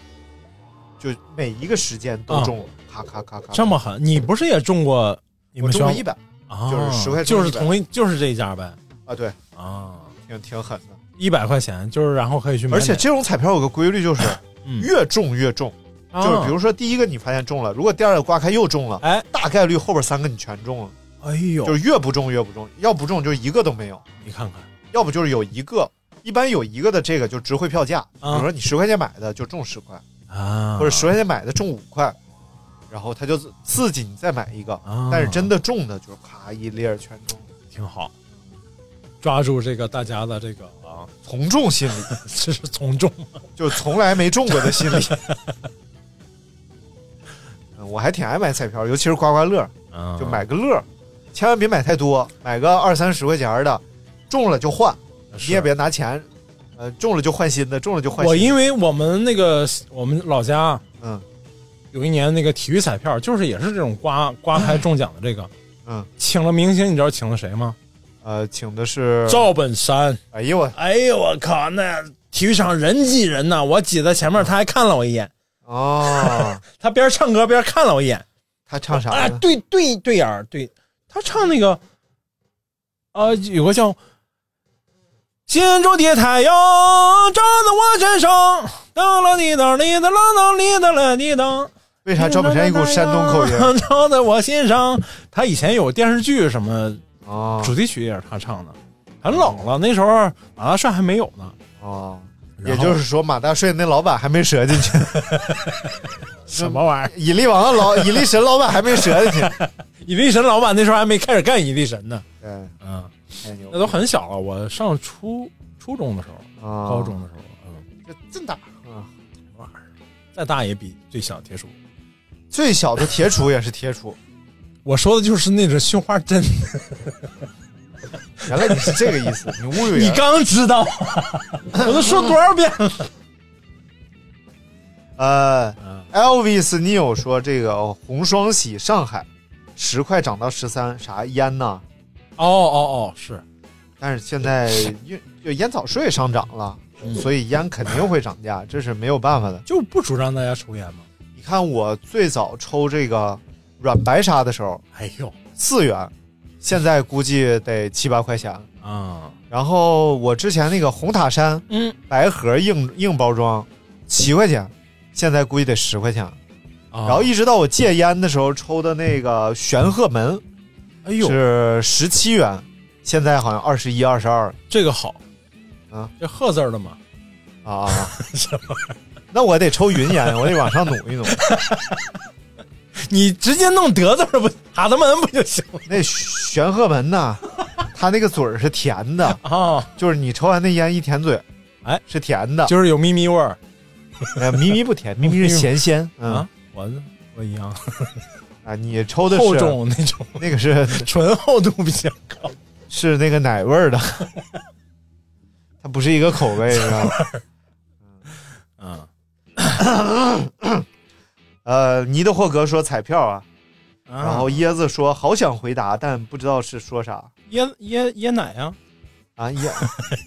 Speaker 2: 就每一个时间
Speaker 3: 啊
Speaker 2: 都中了，咔咔咔咔。
Speaker 3: 这么狠，你不是也中过？你
Speaker 2: 我
Speaker 3: 们
Speaker 2: 中过
Speaker 3: 学
Speaker 2: 一百
Speaker 3: 啊，
Speaker 2: 就是10块钱
Speaker 3: 就是
Speaker 2: 一百
Speaker 3: 同一就是这家呗
Speaker 2: 啊，对，
Speaker 3: 啊，
Speaker 2: 挺挺狠的。
Speaker 3: 一百块钱就是然后可以去买奶，
Speaker 2: 而且这种彩票有个规律就是，
Speaker 3: 嗯啊
Speaker 2: 越中越中。就是比如说第一个你发现中了，如果第二个刮开又中了，
Speaker 3: 哎
Speaker 2: 大概率后边三个你全中了，
Speaker 3: 哎呦
Speaker 2: 就，是越不中越不中，要不中就一个都没有，
Speaker 3: 你看看
Speaker 2: 要不就是有一个，一般有一个的这个就值回票价，比
Speaker 3: 啊
Speaker 2: 如说你十块钱买的就中十块，
Speaker 3: 啊，
Speaker 2: 或者十块钱买的中五块，然后他就刺激你再买一个，
Speaker 3: 啊，
Speaker 2: 但是真的中的就是咔一列儿全中，
Speaker 3: 挺好，抓住这个大家的这个啊，
Speaker 2: 从众心理
Speaker 3: 这是从众
Speaker 2: 就是从来没中过的心理。 嗯我还挺爱买彩票，尤其是刮刮乐，
Speaker 3: 啊
Speaker 2: 就买个乐儿，千万别买太多，买个二三十块钱儿的，中了就换，你也别拿钱，呃，中了就换新的，中了就换新的。
Speaker 3: 我因为我们那个我们老家
Speaker 2: 嗯
Speaker 3: 有一年那个体育彩票，就是也是这种刮刮开中奖的这个，
Speaker 2: 嗯
Speaker 3: 请了明星，你知道请了谁吗？
Speaker 2: 呃，请的是，
Speaker 3: 赵本山。
Speaker 2: 哎呦我
Speaker 3: 哎呦我靠，那体育场人挤人呐！我挤在前面，他还看了我一眼，
Speaker 2: 哦，
Speaker 3: 他边唱歌边看了我一眼。
Speaker 2: 他唱 啥
Speaker 3: 啊，
Speaker 2: 呢？
Speaker 3: 对对对眼儿，对他唱那个，呃，有个叫《心中的太阳照在我身上》，当啷滴当滴当啷当滴当啷滴当。
Speaker 2: 为啥赵本山一股山东口 音？
Speaker 3: 照在 我心上。他以前有电视剧什么
Speaker 2: 哦
Speaker 3: 主题曲也是他唱的，很老了，那时候马大帅还没有呢。
Speaker 2: 哦，也
Speaker 3: 然后
Speaker 2: 就是说马大帅那老板还没折进去，
Speaker 3: 什么玩意儿？
Speaker 2: 引力王老引力神老板还没折 进去，
Speaker 3: 伊力神老板那时候还没开始干伊力神呢，
Speaker 2: 对，
Speaker 3: 嗯，
Speaker 2: 哎太牛了，
Speaker 3: 那都很小了，我上初初中的时候，
Speaker 2: 啊
Speaker 3: 高中的时候，嗯，
Speaker 2: 这真打。啊
Speaker 3: 再大也比最小铁杵。
Speaker 2: 最小的铁杵也是铁杵，
Speaker 3: 我说的就是那种绣花针，
Speaker 2: 原来你是这个意思，你侮辱
Speaker 3: 你
Speaker 2: 人。
Speaker 3: 刚知道， 我都说多少遍了？
Speaker 2: 呃
Speaker 3: 嗯
Speaker 2: ，Elvis Neil 说这个红双喜上海十块涨到十三，啥烟呐？
Speaker 3: 哦哦哦，是
Speaker 2: 但是 现在因就烟草税上涨了，
Speaker 3: 嗯
Speaker 2: 所以烟肯定会涨价，这是没有办法的。
Speaker 3: 就不主张大家抽烟吗？
Speaker 2: 你看我最早抽这个软白沙的时候
Speaker 3: 哎呦
Speaker 2: 四元，现在估计得七八块钱。
Speaker 3: 啊，
Speaker 2: 然后我之前那个红塔山
Speaker 3: 嗯
Speaker 2: 白盒硬硬包装七块钱，现在估计得十块钱。
Speaker 3: 啊，
Speaker 2: 然后一直到我戒烟的时候抽的那个玄鹤门
Speaker 3: 哎呦，
Speaker 2: 是十七元，现在好像二十一、二十二
Speaker 3: 这个好
Speaker 2: 啊，
Speaker 3: 这“鹤”字儿的嘛，
Speaker 2: 啊，那我得抽云烟，我得往上努 一努。
Speaker 3: 你直接弄德字儿不哈德门不就行了
Speaker 2: 那玄鹤门呐，它那个嘴儿是甜的，
Speaker 3: 啊？
Speaker 2: 就是你抽完那烟一舔嘴，
Speaker 3: 哎
Speaker 2: 是甜的。
Speaker 3: 就是有咪咪味儿
Speaker 2: 哎咪咪 不甜，咪咪是咸鲜。嗯
Speaker 3: 啊，我我一样
Speaker 2: 啊，你抽的
Speaker 3: 厚
Speaker 2: 是
Speaker 3: 重那种，
Speaker 2: 那个是
Speaker 3: 醇厚度比较高。
Speaker 2: 是那个奶味儿 的，它不是一个口味，是吧？
Speaker 3: 嗯，
Speaker 2: 嗯 呃，尼德霍格说彩票啊，
Speaker 3: 啊
Speaker 2: 然后椰子说好想回答，但不知道是说啥
Speaker 3: 椰椰椰奶啊，
Speaker 2: 啊。椰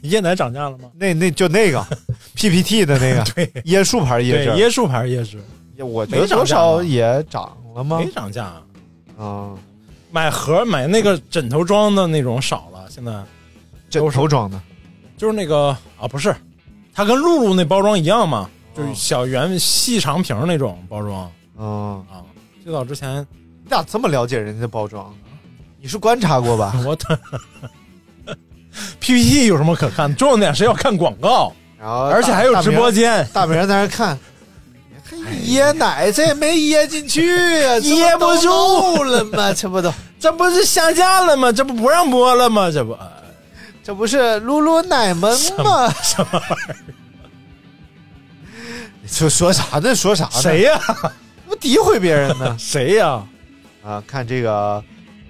Speaker 3: 椰奶涨价了吗？
Speaker 2: 那那就 那个 PPT 的那个哎椰树牌椰
Speaker 3: 对，
Speaker 2: 汁
Speaker 3: 椰树牌椰汁
Speaker 2: 儿，我觉
Speaker 3: 没
Speaker 2: 得
Speaker 3: 涨
Speaker 2: 多
Speaker 3: 价
Speaker 2: 少
Speaker 3: 吧
Speaker 2: 也涨了吗
Speaker 3: 没？涨价啊，
Speaker 2: 啊，
Speaker 3: 买盒买那个枕头装的那种少了，现在
Speaker 2: 枕头装的
Speaker 3: 就是那个啊，不是，它跟露露那包装一样嘛，
Speaker 2: 哦
Speaker 3: 就是小圆细长瓶那种包装
Speaker 2: 啊，
Speaker 3: 啊。最早之前
Speaker 2: 你咋这么了解人家包装？你是观察过 吧？
Speaker 3: 啊我 PPT 有什么可看？重点是要看广告，
Speaker 2: 然后
Speaker 3: 而且还有
Speaker 2: 大
Speaker 3: 直播
Speaker 2: 明
Speaker 3: 间，
Speaker 2: 大明在那看，嘿椰奶这也没椰进去呀、这
Speaker 3: 噎不
Speaker 2: 都漏了 吗？这不都，
Speaker 3: 这不是下架了吗？这不不让播了吗？这不
Speaker 2: 这不是噜噜奶们吗？
Speaker 3: 什么玩意
Speaker 2: 说说啥呢？说啥呢？
Speaker 3: 儿？谁呀、？
Speaker 2: 不诋毁别人 呢
Speaker 3: 谁呀、
Speaker 2: 啊，看这个，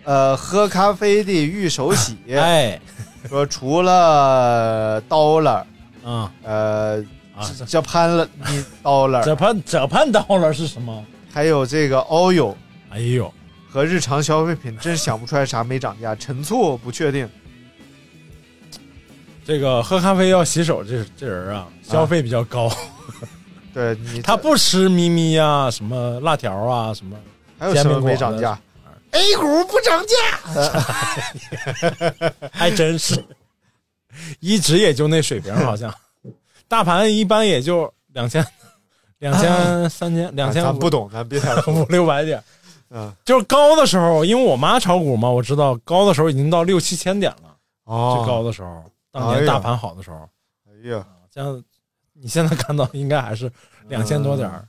Speaker 2: 呃，喝咖啡的御手洗
Speaker 3: 哎，
Speaker 2: 说，除了 dollar，
Speaker 3: 啊
Speaker 2: 呃，
Speaker 3: 啊，
Speaker 2: 叫潘了你 dollar，
Speaker 3: 这判这判到了是什么？
Speaker 2: 还有这个 oil
Speaker 3: 哎呦，
Speaker 2: 和日常消费品，真想不出来啥没涨价。陈醋不确定，
Speaker 3: 这个喝咖啡要洗手，这这人啊，消费比较高，
Speaker 2: 对你
Speaker 3: 他不吃咪咪啊，什么辣条啊，什么
Speaker 2: 还有什么没涨价？
Speaker 4: ？A 股不涨价，
Speaker 3: 还真是，一直也就那水平，好像大盘一般也就两千、两千、三千、两千
Speaker 2: 咱
Speaker 3: 五
Speaker 2: 啊不懂，咱别太
Speaker 3: 五六百点，
Speaker 2: 嗯，
Speaker 3: 就是高的时候，因为我妈炒股嘛，我知道高的时候已经到六七千点了，最
Speaker 2: 哦，
Speaker 3: 高的时候，当
Speaker 2: 哎
Speaker 3: 年
Speaker 2: 呀
Speaker 3: 大盘好的时候，
Speaker 2: 哎呀，
Speaker 3: 这样你现在看到应该还是两千多点儿，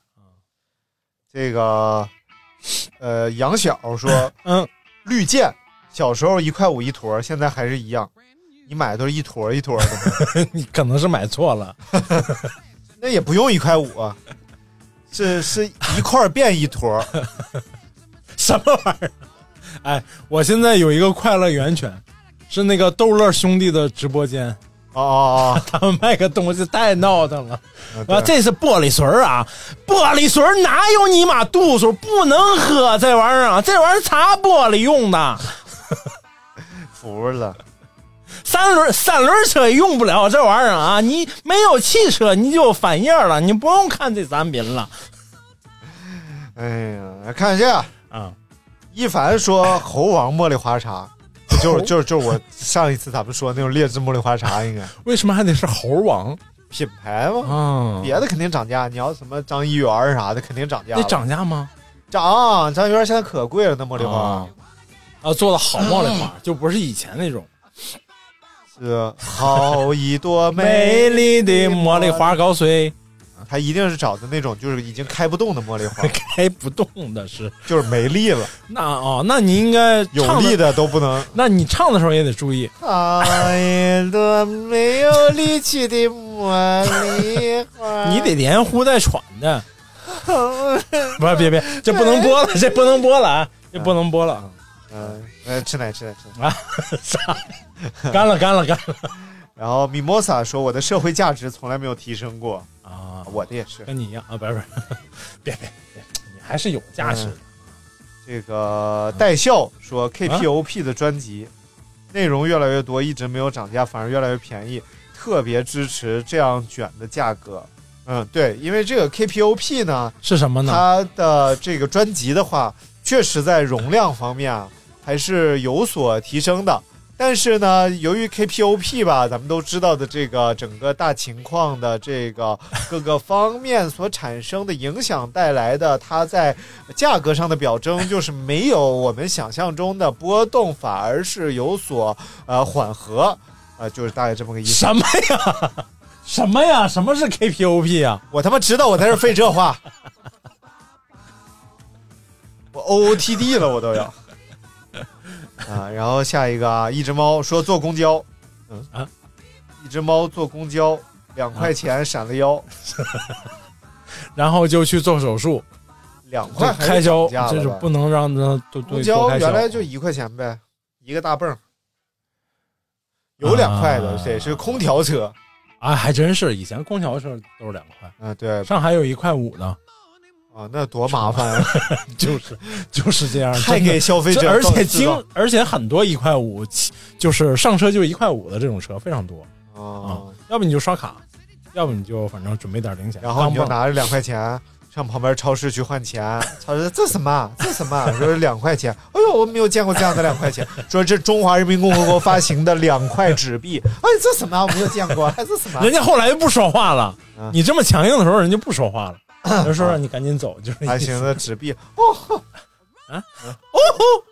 Speaker 2: 这个，呃，杨晓说
Speaker 3: 嗯，
Speaker 2: 绿箭，小时候一块五一坨，现在还是一样，你买的都是一坨一坨的， 嗯
Speaker 3: 你可能是买错了，
Speaker 2: 那也不用一块五啊，是是一块变一坨，
Speaker 3: 什么玩意儿？哎，我现在有一个快乐源泉，是那个逗乐兄弟的直播间，
Speaker 2: 哦哦
Speaker 3: 他们卖个东西太闹腾了。
Speaker 2: 哦，
Speaker 3: 啊，
Speaker 2: 对
Speaker 3: 这是玻璃水儿啊，玻璃水儿哪有你妈度数？不能喝这玩意儿啊，这玩意儿擦玻璃用的，
Speaker 2: 服了，
Speaker 3: 三轮三轮车用不了这玩意儿啊。你没有汽车你就翻页了，你不用看这产品了
Speaker 2: 哎呀，看一下，
Speaker 3: 啊。
Speaker 2: 一凡说猴王茉莉花茶。就是就是就是我上一次咱们说那种劣质茉莉花茶，应该
Speaker 3: 为什么还得是猴王
Speaker 2: 品牌吗？
Speaker 3: 啊？
Speaker 2: 别的肯定涨价，你要什么张一元儿啥的肯定涨价
Speaker 3: 得
Speaker 2: 了。
Speaker 3: 涨价吗？
Speaker 2: 涨，张一元儿现在可贵了，那茉莉花、
Speaker 3: 啊，做的好茉莉花，就不是以前那种
Speaker 2: 是好一朵
Speaker 3: 美
Speaker 2: 美丽，
Speaker 3: 丽的茉莉 花高水
Speaker 2: 它一定是找的那种就是已经开不动的茉莉花，
Speaker 3: 开哎不动的是
Speaker 2: 就是没力了，
Speaker 3: 那哦，那你应该
Speaker 2: 有
Speaker 3: 唱
Speaker 2: 力
Speaker 3: 的，
Speaker 2: 的都不能。
Speaker 3: 那你唱的时候也得注 意。
Speaker 2: 好一朵哎没有力气的茉莉花
Speaker 3: 你得连呼带喘 的。不是，别别，这不能播了，这不能播了啊，这不能播了啊！
Speaker 2: 嗯呃吃奶吃奶吃奶。
Speaker 3: 啥？干了，干了，干了
Speaker 2: 然后米莫萨说：“我的社会价值从来没有提升过，
Speaker 3: 啊！
Speaker 2: 我的也是。
Speaker 3: 跟你一样啊，不是不是，别别别，你还是有价
Speaker 2: 嗯
Speaker 3: 值的。”
Speaker 2: 这个戴笑说 KPOP 的专辑、内容越来越多，一直没有涨价，反而越来越便宜，特别支持这样卷的价格。嗯，对，因为这个 KPOP 呢，
Speaker 3: 是什么呢？
Speaker 2: 它的这个专辑的话，确实在容量方面啊还是有所提升的。但是呢，由于 KPOP 吧，咱们都知道的这个整个大情况的这个各个方面所产生的影响带来的，它在价格上的表征就是没有我们想象中的波动，反而是有所呃缓和，呃，就是大概这么个意思。
Speaker 3: 什么呀？什么呀？什么是 KPOP 呀、
Speaker 2: 我他妈知道我在这儿费这话， 我 OOTD 了，我都要。 啊，然后下一个啊，一只猫说坐公交，嗯
Speaker 3: 啊
Speaker 2: 一只猫坐公交，两块钱闪了腰，
Speaker 3: 然后就去做手术，
Speaker 2: 两块
Speaker 3: 这
Speaker 2: 还
Speaker 3: 开销
Speaker 2: 涨价
Speaker 3: 这
Speaker 2: 了
Speaker 3: 是
Speaker 2: 吧
Speaker 3: 不能让他多多
Speaker 2: 公
Speaker 3: 多
Speaker 2: 交
Speaker 3: 开销。
Speaker 2: 原来就一块钱呗，一个大泵儿，有两块的，
Speaker 3: 啊
Speaker 2: 这是空调车
Speaker 3: 啊，还真是，以前空调车都是两块，
Speaker 2: 啊，对
Speaker 3: 上海有一块五呢，
Speaker 2: 啊，那多麻烦啊，
Speaker 3: 就是就是这样，
Speaker 2: 太
Speaker 3: 啊真的
Speaker 2: 给消费
Speaker 3: 这
Speaker 2: 者
Speaker 3: 而且
Speaker 2: 制
Speaker 3: 经
Speaker 2: 造
Speaker 3: 而且很多一块五，起就是上车就一块五的这种车非常多，
Speaker 2: 啊，
Speaker 3: 要不你就刷卡，要不你就反正准备点零钱，
Speaker 2: 然后你
Speaker 3: 钢
Speaker 2: 就
Speaker 3: 镚儿
Speaker 2: 拿着两块钱上旁边超市去换钱。超市说这什么？这什么？说是两块钱。哎呦，我没有见过这样的两块钱。说这中华人民共和国发行的两块纸币。哎，这什么？我没有见过。哎，这什么？
Speaker 3: 人家后来就不说话了
Speaker 2: 啊，
Speaker 3: 你这么强硬的时候，人家不说话了，人说让你赶紧走，就是那
Speaker 2: 发
Speaker 3: 意思
Speaker 2: 行的纸币。哦。
Speaker 3: 啊
Speaker 2: 哦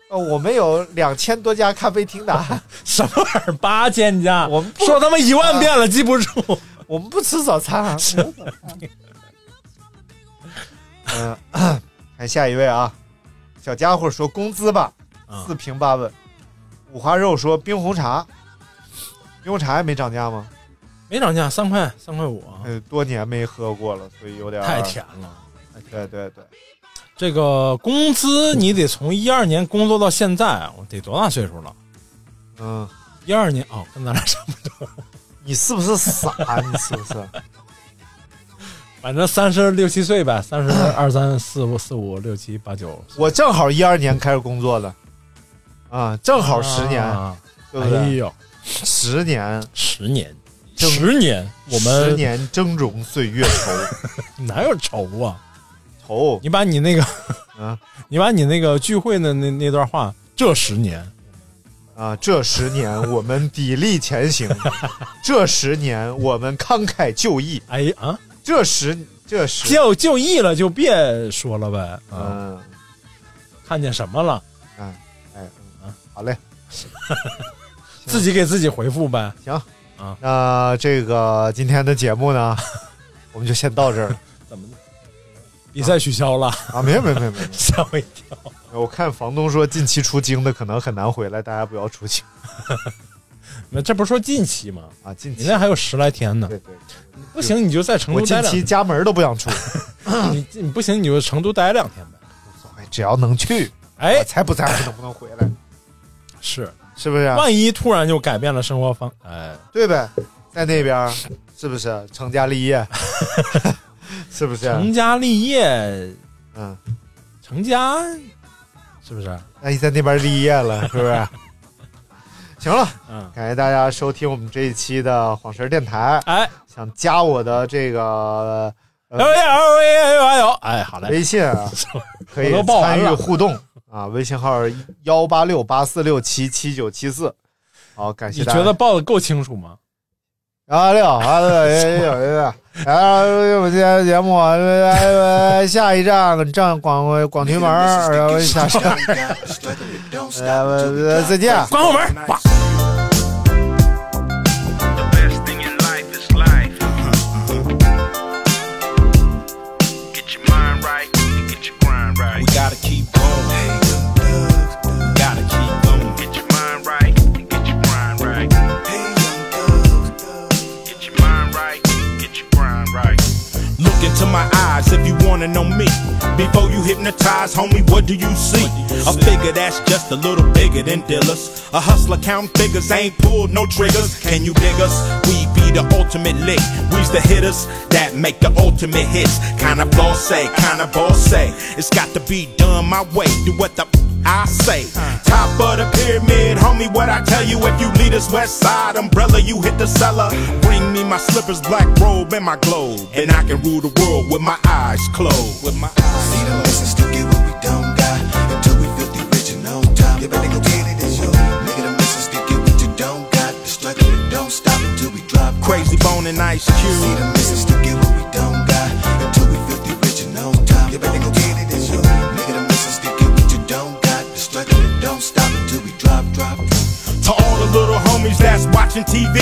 Speaker 2: 哦！我们有两千多家咖啡厅的，
Speaker 3: 什么玩意儿八千家，
Speaker 2: 我啊们不
Speaker 3: 说他妈一万遍了，记不住。
Speaker 2: 我们不吃早餐啊。嗯，看下一位啊，小家伙说工资吧，
Speaker 3: 啊
Speaker 2: 四平八稳。五花肉说冰红茶，冰红茶也没涨价吗？
Speaker 3: 没涨价，三块三块五啊，
Speaker 2: 呃，多年没喝过了，所以有点儿
Speaker 3: 太。甜了。
Speaker 2: 对对对，
Speaker 3: 这个工资你得从一二年工作到现在，啊我得多大岁数了？
Speaker 2: 嗯，
Speaker 3: 一二年哦，跟咱俩差不多，
Speaker 2: 你是不是傻？你是不 是？
Speaker 3: 反正三十六七岁呗，三十二三四五四五六七八九，
Speaker 2: 我正好一二年开始工作的，啊，正好十年，
Speaker 3: 啊
Speaker 2: 对不对？
Speaker 3: 哎呦，
Speaker 2: 十年，
Speaker 3: 十年，
Speaker 2: 就
Speaker 3: 十年，我
Speaker 2: 十
Speaker 3: 们
Speaker 2: 年峥嵘岁月稠
Speaker 3: 哪有愁啊？
Speaker 2: 稠
Speaker 3: 你把你那个，
Speaker 2: 啊
Speaker 3: 你把你那个聚会的那那段话，这十年，
Speaker 2: 啊！这十年我们砥砺前行，这十年我们慷慨就义，
Speaker 3: 哎呀啊，
Speaker 2: 这十这十
Speaker 3: 就就义了就别说了呗，啊，
Speaker 2: 嗯。
Speaker 3: 看见什么了，
Speaker 2: 哎，嗯，好嘞。
Speaker 3: 自己给自己回复呗。
Speaker 2: 那这个今天的节目呢，我们就先到这儿了
Speaker 3: 比赛取消了，
Speaker 2: 啊！没有没有没有没有，没
Speaker 3: 吓我一跳。
Speaker 2: 有我看房东说近期出京的可能很难回来，大家不要出京
Speaker 3: 那这不是说近期吗？
Speaker 2: 啊！近
Speaker 3: 你
Speaker 2: 期
Speaker 3: 那还有十来天呢，
Speaker 2: 对对，
Speaker 3: 不行你就在成
Speaker 2: 我
Speaker 3: 都
Speaker 2: 近
Speaker 3: 待两
Speaker 2: 期家门都不想出，
Speaker 3: 你你不行你就成都待两天呗。
Speaker 2: 哎只要能去，我
Speaker 3: 哎，
Speaker 2: 才不在乎能不能回来，
Speaker 3: 是，
Speaker 2: 是不是？
Speaker 3: 万一突然就改变了生活方，哎，
Speaker 2: 对呗，在那边儿是不是成家立业？ 是不是？啊
Speaker 3: 成家立业，
Speaker 2: 嗯，
Speaker 3: 成家，是不是？
Speaker 2: 万一在那边立业了，是不 是？行了，
Speaker 3: 嗯，
Speaker 2: 感谢大家收听我们这一期的晃神儿电台。
Speaker 3: 哎
Speaker 2: 想加我的这个呃
Speaker 3: ，L A L A L A 有，哎，好嘞，
Speaker 2: 微信 啊，可以
Speaker 3: 我都报
Speaker 2: 参
Speaker 3: 完
Speaker 2: 与
Speaker 3: 了
Speaker 2: 互动啊，微信号幺八六八四六七七九七四。好，感谢
Speaker 3: 你
Speaker 2: 大
Speaker 3: 觉
Speaker 2: 家。
Speaker 3: 得报的够清楚吗？
Speaker 2: 啊六啊六六六，然后哎我们今天的节目，哎呃下一站站广广渠门儿，然后下山，呃再见。
Speaker 3: 关后门，哇。
Speaker 5: The best thing in life is life. Get your mind right, and get your grind right.
Speaker 6: We gotta keep going. Gotta keep going.
Speaker 5: Get your mind right, and get your grind right. Get your mind right, get your grind right.
Speaker 6: Look into my eyes if you wanna know me. Before you hypnotize, homie, what do you see? A figure that's just a little bigger than dealers. A hustler count figures, ain't pulled no triggers. Can you dig us? We be the ultimate lick. We's the hitters that make the ultimate hits. Kinda bossy, kinda bossy. It's got to be done my way. Do what the I say. Top of the pyramid, homie, what I tell you. If you lead us west side umbrella, you hit the cellar. Bring me my slippers, black robe, and my globe. And I can rule the world with my eyes closed. With my eyes.
Speaker 7: See the lights and still get what we don't got. Until we filthy rich and on top. You better go get it, it's your nigga. The message to get what you don't got. The struggle that don't stop until we drop.
Speaker 6: Crazy bone and ice
Speaker 7: See
Speaker 6: cube.
Speaker 7: the message to get what we don't got. Until we filthy rich and on top. You better go get it, it's your nigga. The message to get what you don't got. The struggle that don't stop until we drop, drop. drop.
Speaker 6: To all the little homies
Speaker 2: that's watching TV.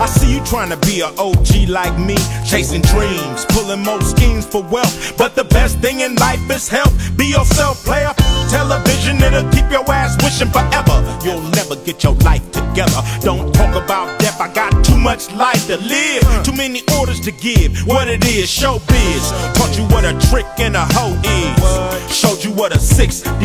Speaker 2: I see you trying to be an OG like me, chasing dreams, pulling more schemes for wealth. But the best thing in life is health. Be yourself, player. Television, it'll keep your ass wishing forever. You'll never get your life together. Don't talk about death, I got too much life to live. Too many orders to give. What it is, showbiz. Taught you what a trick and a hoe is. Showed you what a 64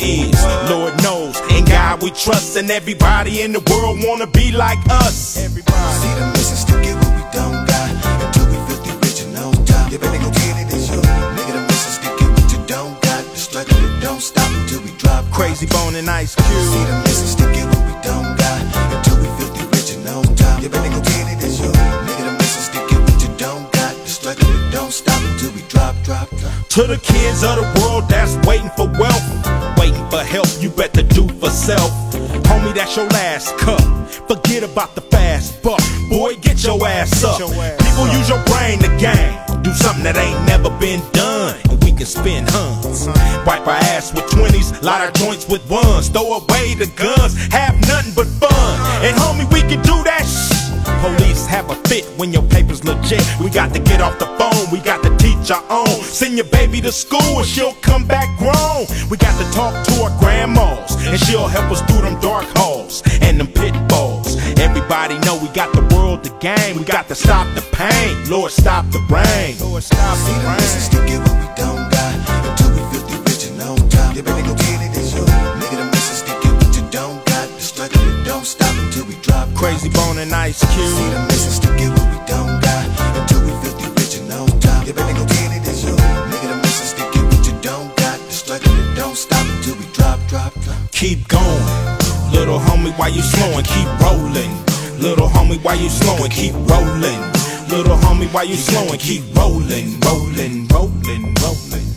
Speaker 2: is. Lord knows, in God we trust, and everybody in the world wanna be like us.
Speaker 8: See the mission, still get what we don't got. Until we 50 rich in no time. Yeah, better go get it, it's your nigga. The mission, still get what you don't got. The struggle, it don't stop until we drop.
Speaker 2: Crazy Bone and Ice
Speaker 8: See
Speaker 2: Cube.
Speaker 8: the mission, still get what we don't got. Until we 50 rich in no time. Yeah, better go get it, it's your nigga. The mission, still get what you don't got. The struggle, it don't stop until we drop, drop, drop.
Speaker 2: To the kids of the world that's waiting for wealth, waiting for help, you better do for self. Homie, that's your last cup. Forget about the fast buck. Boy, get your ass up. People use your brain to game. Do something that ain't never been done. And we can spin huns. Wipe our ass with 20s, light our joints with ones. Throw away the guns, have nothing but fun. And homie, we can do that shit. Police have a fit when your paper's legit. We got to get off the phone, we got to teach our own. Send your baby to school and she'll come back grown. We got to talk to our grandmas and she'll help us through them dark halls and them pit balls. Everybody know we got the world to gain. We got to stop the pain. Lord, stop the rain. Lord, stop
Speaker 8: See the missus to get what we don't got. Until we 50 rich in no time. Yeah, better go get it, it's your nigga. The missus to get what you don't got. The struggle it don't stop until we drop.
Speaker 2: Crazy Bone and Ice
Speaker 8: See
Speaker 2: Cube.
Speaker 8: the missus to get what we don't got. Until we 50 rich in no time. Yeah, better go get it, it's your nigga. The missus to get what you don't got. The struggle it don't stop until we drop, drop, drop.
Speaker 2: Keep going. Little homie, why you slowing? Keep rolling. Little homie, why you slowing? Keep rolling. Little homie, why you slowing? Keep rolling, rolling, rolling, rolling.